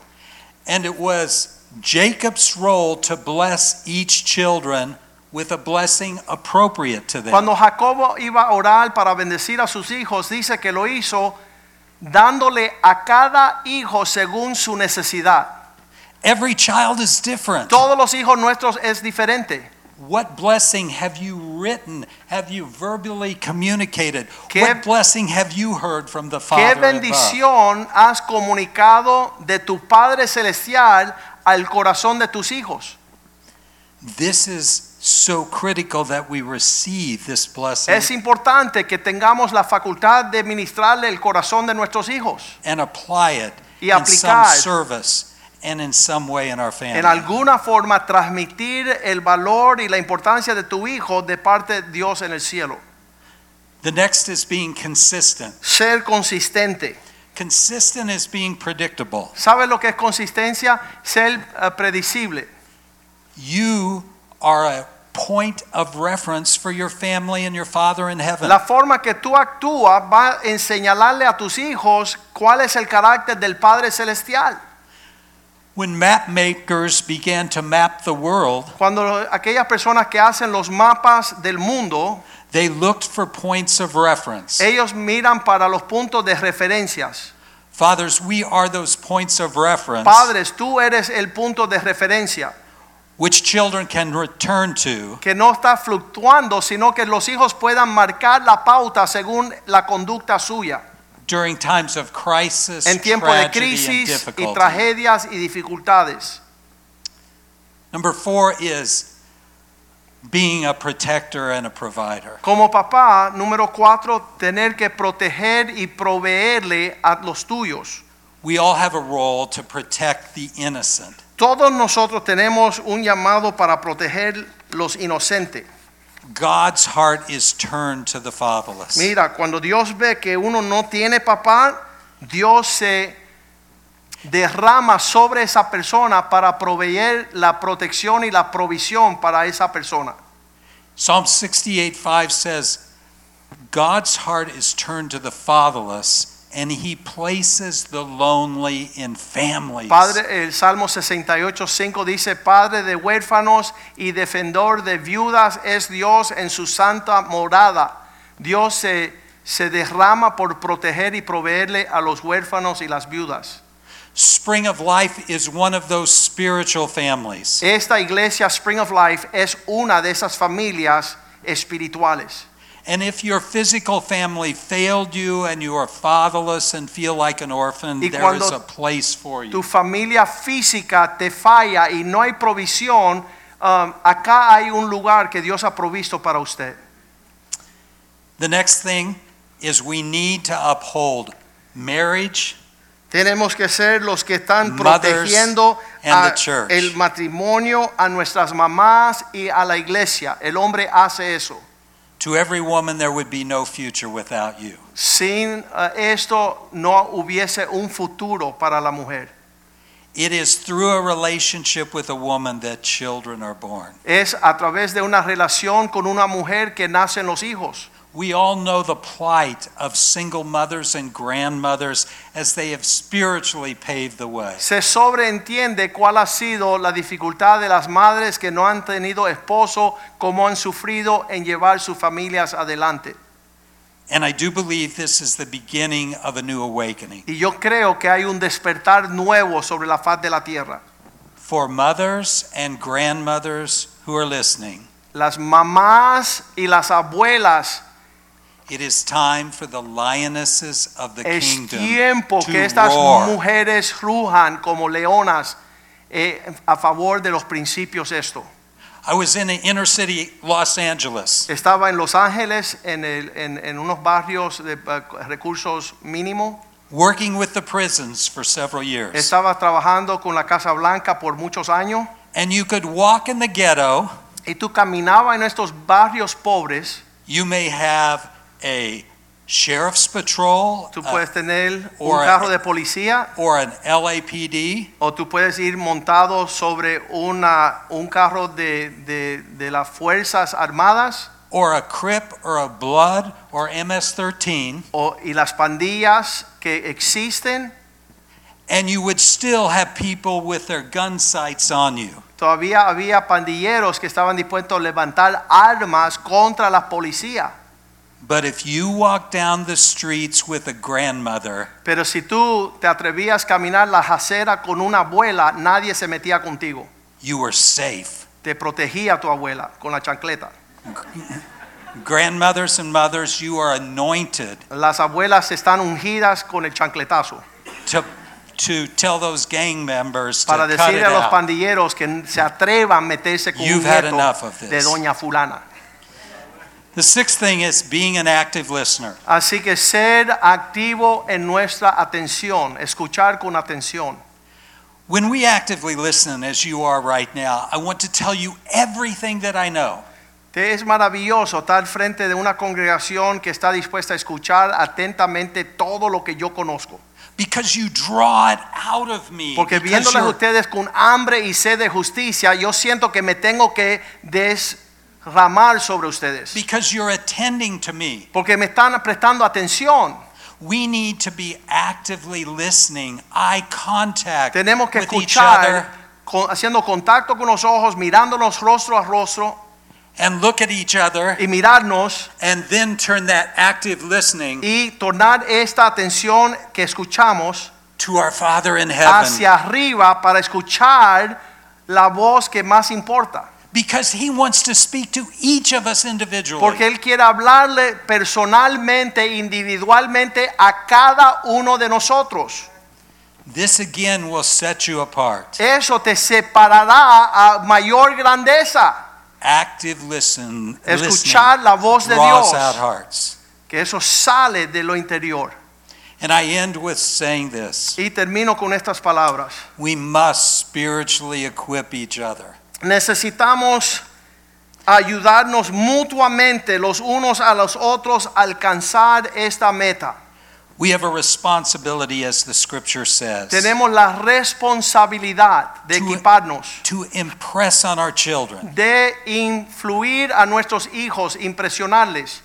Speaker 2: And it was Jacob's role to bless each children with a blessing appropriate to them.
Speaker 3: Cuando Jacobo iba a orar para bendecir a sus hijos, dice que lo hizo dándole a cada hijo según su necesidad.
Speaker 2: Every child is different.
Speaker 3: Todos los hijos nuestros es diferente.
Speaker 2: What blessing have you written? Have you verbally communicated?
Speaker 3: ¿Qué-
Speaker 2: what blessing have you heard from the
Speaker 3: ¿Qué
Speaker 2: Father? above?
Speaker 3: bendición has comunicado de tu Padre Celestial al corazón de tus hijos?
Speaker 2: This is so critical that we receive this blessing
Speaker 3: Es importante que tengamos la facultad de ministrarle el corazón de nuestros hijos
Speaker 2: and apply it
Speaker 3: y
Speaker 2: in some
Speaker 3: aplicar
Speaker 2: service and in some way in our family.
Speaker 3: en alguna forma transmitir el valor y la importancia de tu hijo de parte de Dios en el cielo.
Speaker 2: the next is being consistent.
Speaker 3: Ser consistente.
Speaker 2: Consistent is being predictable.
Speaker 3: ¿Sabes lo que es consistencia? Ser eh, predecible.
Speaker 2: You are a point of reference for your family and your Father in heaven.
Speaker 3: La forma que tú actúas va en señalarle a tus hijos cuál es el carácter del Padre Celestial.
Speaker 2: when map makers began to map the world,
Speaker 3: Cuando lo- aquellas personas que hacen los mapas del mundo,
Speaker 2: they looked for points of reference.
Speaker 3: ellos miran para los puntos de referencias.
Speaker 2: Fathers, we are those points of reference
Speaker 3: Padres, tú eres el punto de referencia,
Speaker 2: which children can return to
Speaker 3: que no está fluctuando, sino que los hijos puedan marcar la pauta según la conducta suya,
Speaker 2: during times of crisis,
Speaker 3: en tiempo
Speaker 2: tragedy,
Speaker 3: de
Speaker 2: and
Speaker 3: crisis y
Speaker 2: difficulty.
Speaker 3: tragedias y dificultades.
Speaker 2: Number four is being a protector and a provider.
Speaker 3: Como papá, número cuatro, tener que proteger y proveerle a los tuyos.
Speaker 2: We all have a role to protect the innocent.
Speaker 3: Todos nosotros tenemos un llamado para proteger los inocentes.
Speaker 2: God's heart is turned to the fatherless.
Speaker 3: Mira, cuando Dios ve que uno no tiene papá, Dios se derrama sobre esa persona para proveer la protección y la provisión para esa persona.
Speaker 2: Psalm 68 5 says, God's heart is turned to the fatherless and he places the lonely in families.
Speaker 3: Padre, el Salmo 68, 5 dice, Padre de huérfanos y defensor de viudas es Dios en su santa morada. Dios se, se derrama por proteger y proveerle a los huérfanos y las viudas.
Speaker 2: Spring of Life is one of those spiritual families.
Speaker 3: Esta iglesia Spring of Life es una de esas familias espirituales.
Speaker 2: And if your physical family failed you and you are fatherless and feel like an orphan,
Speaker 3: Y
Speaker 2: there
Speaker 3: cuando
Speaker 2: is a place for you.
Speaker 3: Tu familia física te falla y no hay provisión. um, acá hay un lugar que Dios ha provisto para usted.
Speaker 2: The next thing is we need to uphold marriage
Speaker 3: Tenemos que ser los que están
Speaker 2: Mothers
Speaker 3: protegiendo
Speaker 2: and
Speaker 3: a-
Speaker 2: the church.
Speaker 3: el matrimonio, a nuestras mamás y a la iglesia. El hombre hace eso.
Speaker 2: To every woman, there would be no future without you.
Speaker 3: Sin eh, esto no hubiese un futuro para la mujer.
Speaker 2: It is through a relationship with a woman that children are born.
Speaker 3: Es a través de una relación con una mujer que nacen los hijos.
Speaker 2: We all know the plight of single mothers and grandmothers as they have spiritually paved the way.
Speaker 3: Se sobreentiende cuál ha sido la dificultad de las madres que no han tenido esposo, cómo han sufrido en llevar sus familias adelante.
Speaker 2: And I do believe this is the beginning of a new awakening.
Speaker 3: Y yo creo que hay un despertar nuevo sobre la faz de la tierra.
Speaker 2: For mothers and grandmothers who are listening,
Speaker 3: las mamás y las abuelas
Speaker 2: it is time for the lionesses of the
Speaker 3: es
Speaker 2: kingdom
Speaker 3: tiempo
Speaker 2: to
Speaker 3: que estas
Speaker 2: roar.
Speaker 3: mujeres rujan como leonas eh, a favor de los principios esto
Speaker 2: I was in inner city Los Angeles,
Speaker 3: estaba en Los Ángeles en, el- en- en unos barrios de eh, recursos mínimos
Speaker 2: working with the prisons for several years.
Speaker 3: estaba trabajando con la Casa Blanca por muchos años
Speaker 2: and you could walk in the ghetto.
Speaker 3: y tú caminabas en estos barrios pobres
Speaker 2: You may have a sheriff's patrol
Speaker 3: tú
Speaker 2: uh,
Speaker 3: puedes tener un
Speaker 2: or-
Speaker 3: carro de policía
Speaker 2: or an LAPD,
Speaker 3: O tú puedes ir montado sobre una, un carro de, de- de las Fuerzas Armadas
Speaker 2: or a Crip, or a Blood, or MS-13,
Speaker 3: o- y las pandillas que existen.
Speaker 2: and you would still have people with their gun sights on you.
Speaker 3: Todavía había pandilleros que estaban dispuestos a levantar armas contra la policía.
Speaker 2: But if you walk down the streets with a grandmother,
Speaker 3: Pero si tú te atrevías a caminar la acera con una abuela, nadie se metía contigo.
Speaker 2: you were safe.
Speaker 3: Te protegía tu abuela con la chancleta.
Speaker 2: Grandmothers and mothers, you are anointed
Speaker 3: Las abuelas están ungidas con el chancletazo
Speaker 2: to, to tell those gang members to
Speaker 3: para
Speaker 2: cut it
Speaker 3: decirle a los
Speaker 2: out.
Speaker 3: pandilleros que se atrevan a meterse con un
Speaker 2: You've had
Speaker 3: nieto
Speaker 2: enough of
Speaker 3: de
Speaker 2: this.
Speaker 3: doña fulana.
Speaker 2: The sixth thing is being an active listener.
Speaker 3: Así que ser activo en nuestra atención, escuchar con atención.
Speaker 2: When we actively listen, as you are right now, I want to tell you everything that I know.
Speaker 3: Te es maravilloso estar frente de una congregación que está dispuesta a escuchar atentamente todo lo que yo conozco.
Speaker 2: Because you draw it out of me.
Speaker 3: Porque
Speaker 2: because
Speaker 3: viéndoles a
Speaker 2: you're-
Speaker 3: ustedes con hambre y sed de justicia, yo siento que me tengo que desramar sobre ustedes.
Speaker 2: because you're attending to me.
Speaker 3: Porque me están prestando atención.
Speaker 2: We need to be actively listening, eye contact
Speaker 3: Tenemos que
Speaker 2: with each other,
Speaker 3: escuchar con- haciendo contacto con los ojos, mirándonos rostro a rostro
Speaker 2: and look at each other,
Speaker 3: y mirarnos.
Speaker 2: and then turn that active listening
Speaker 3: y tornar esta atención que escuchamos
Speaker 2: to our Father in heaven.
Speaker 3: hacia arriba para escuchar la voz que más importa.
Speaker 2: Because He wants to speak to each of us individually.
Speaker 3: Porque Él quiere hablarle personalmente, individualmente a cada uno de nosotros.
Speaker 2: this again will set you apart.
Speaker 3: Eso te separará a mayor grandeza.
Speaker 2: active listen
Speaker 3: Escuchar
Speaker 2: listening
Speaker 3: la voz de
Speaker 2: draws
Speaker 3: Dios.
Speaker 2: out hearts.
Speaker 3: Que eso sale de lo interior.
Speaker 2: And I end with saying this.
Speaker 3: Y termino con estas palabras.
Speaker 2: We must spiritually equip each other.
Speaker 3: Necesitamos ayudarnos mutuamente los unos a los otros a alcanzar esta meta.
Speaker 2: We have a responsibility as the scripture says
Speaker 3: Tenemos la responsabilidad de
Speaker 2: To-
Speaker 3: equiparnos,
Speaker 2: to impress on our children
Speaker 3: de influir a nuestros hijos, impresionarles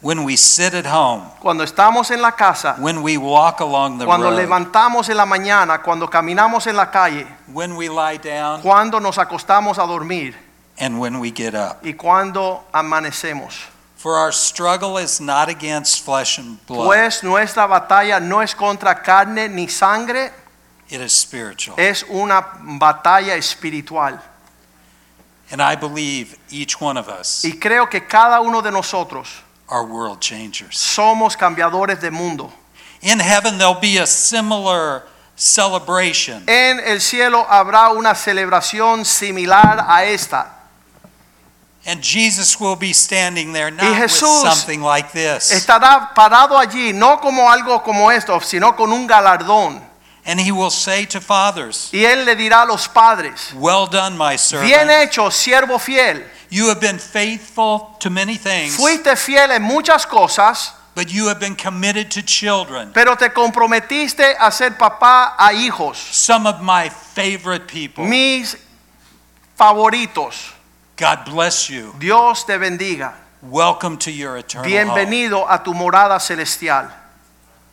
Speaker 2: when we sit at home,
Speaker 3: Cuando estamos en la casa,
Speaker 2: when we walk along the
Speaker 3: cuando
Speaker 2: road,
Speaker 3: levantamos en la mañana, cuando caminamos en la calle,
Speaker 2: when we lie down,
Speaker 3: cuando nos acostamos a dormir
Speaker 2: and when we get up.
Speaker 3: y cuando amanecemos.
Speaker 2: For our struggle is not against flesh and blood,
Speaker 3: Pues nuestra batalla no es contra carne ni sangre,
Speaker 2: it is spiritual.
Speaker 3: es una batalla espiritual.
Speaker 2: And I believe each one of us
Speaker 3: Y creo que cada uno de nosotros
Speaker 2: are world changers.
Speaker 3: somos cambiadores de mundo.
Speaker 2: In heaven, there'll be a similar celebration.
Speaker 3: En el cielo habrá una celebración similar a esta.
Speaker 2: And Jesus will be standing there, not
Speaker 3: Jesús
Speaker 2: with something like this.
Speaker 3: Estará parado allí, no como algo como esto, sino con un galardón.
Speaker 2: And he will say to fathers,
Speaker 3: Y él le dirá a los padres,
Speaker 2: Well done, my servant.
Speaker 3: bien hecho, siervo fiel.
Speaker 2: You have been faithful to many things,
Speaker 3: Fuiste fiel en muchas cosas,
Speaker 2: but you have been committed to children.
Speaker 3: pero te comprometiste a ser papá a hijos,
Speaker 2: Some of my favorite people.
Speaker 3: mis favoritos.
Speaker 2: God bless you.
Speaker 3: Dios te bendiga.
Speaker 2: Welcome to your eternal home.
Speaker 3: Bienvenido a tu morada celestial.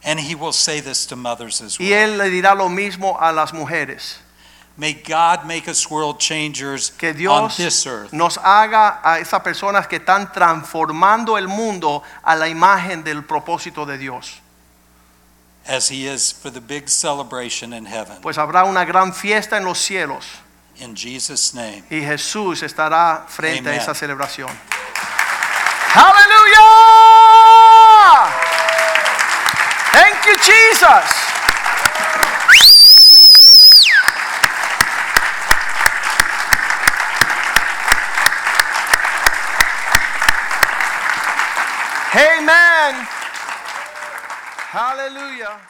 Speaker 2: And he will say this to mothers as
Speaker 3: Y
Speaker 2: well.
Speaker 3: él le dirá lo mismo a las mujeres.
Speaker 2: May God make us world changers
Speaker 3: Que
Speaker 2: on
Speaker 3: Dios
Speaker 2: this earth.
Speaker 3: nos haga a esas personas que están transformando el mundo a la imagen del propósito de Dios.
Speaker 2: as he is for the big celebration in heaven.
Speaker 3: Pues habrá una gran fiesta en los cielos
Speaker 2: In Jesus' name.
Speaker 3: y Jesús estará frente
Speaker 2: Amen.
Speaker 3: a esa celebración. Aleluya. Thank you Jesus. Amen. Hallelujah.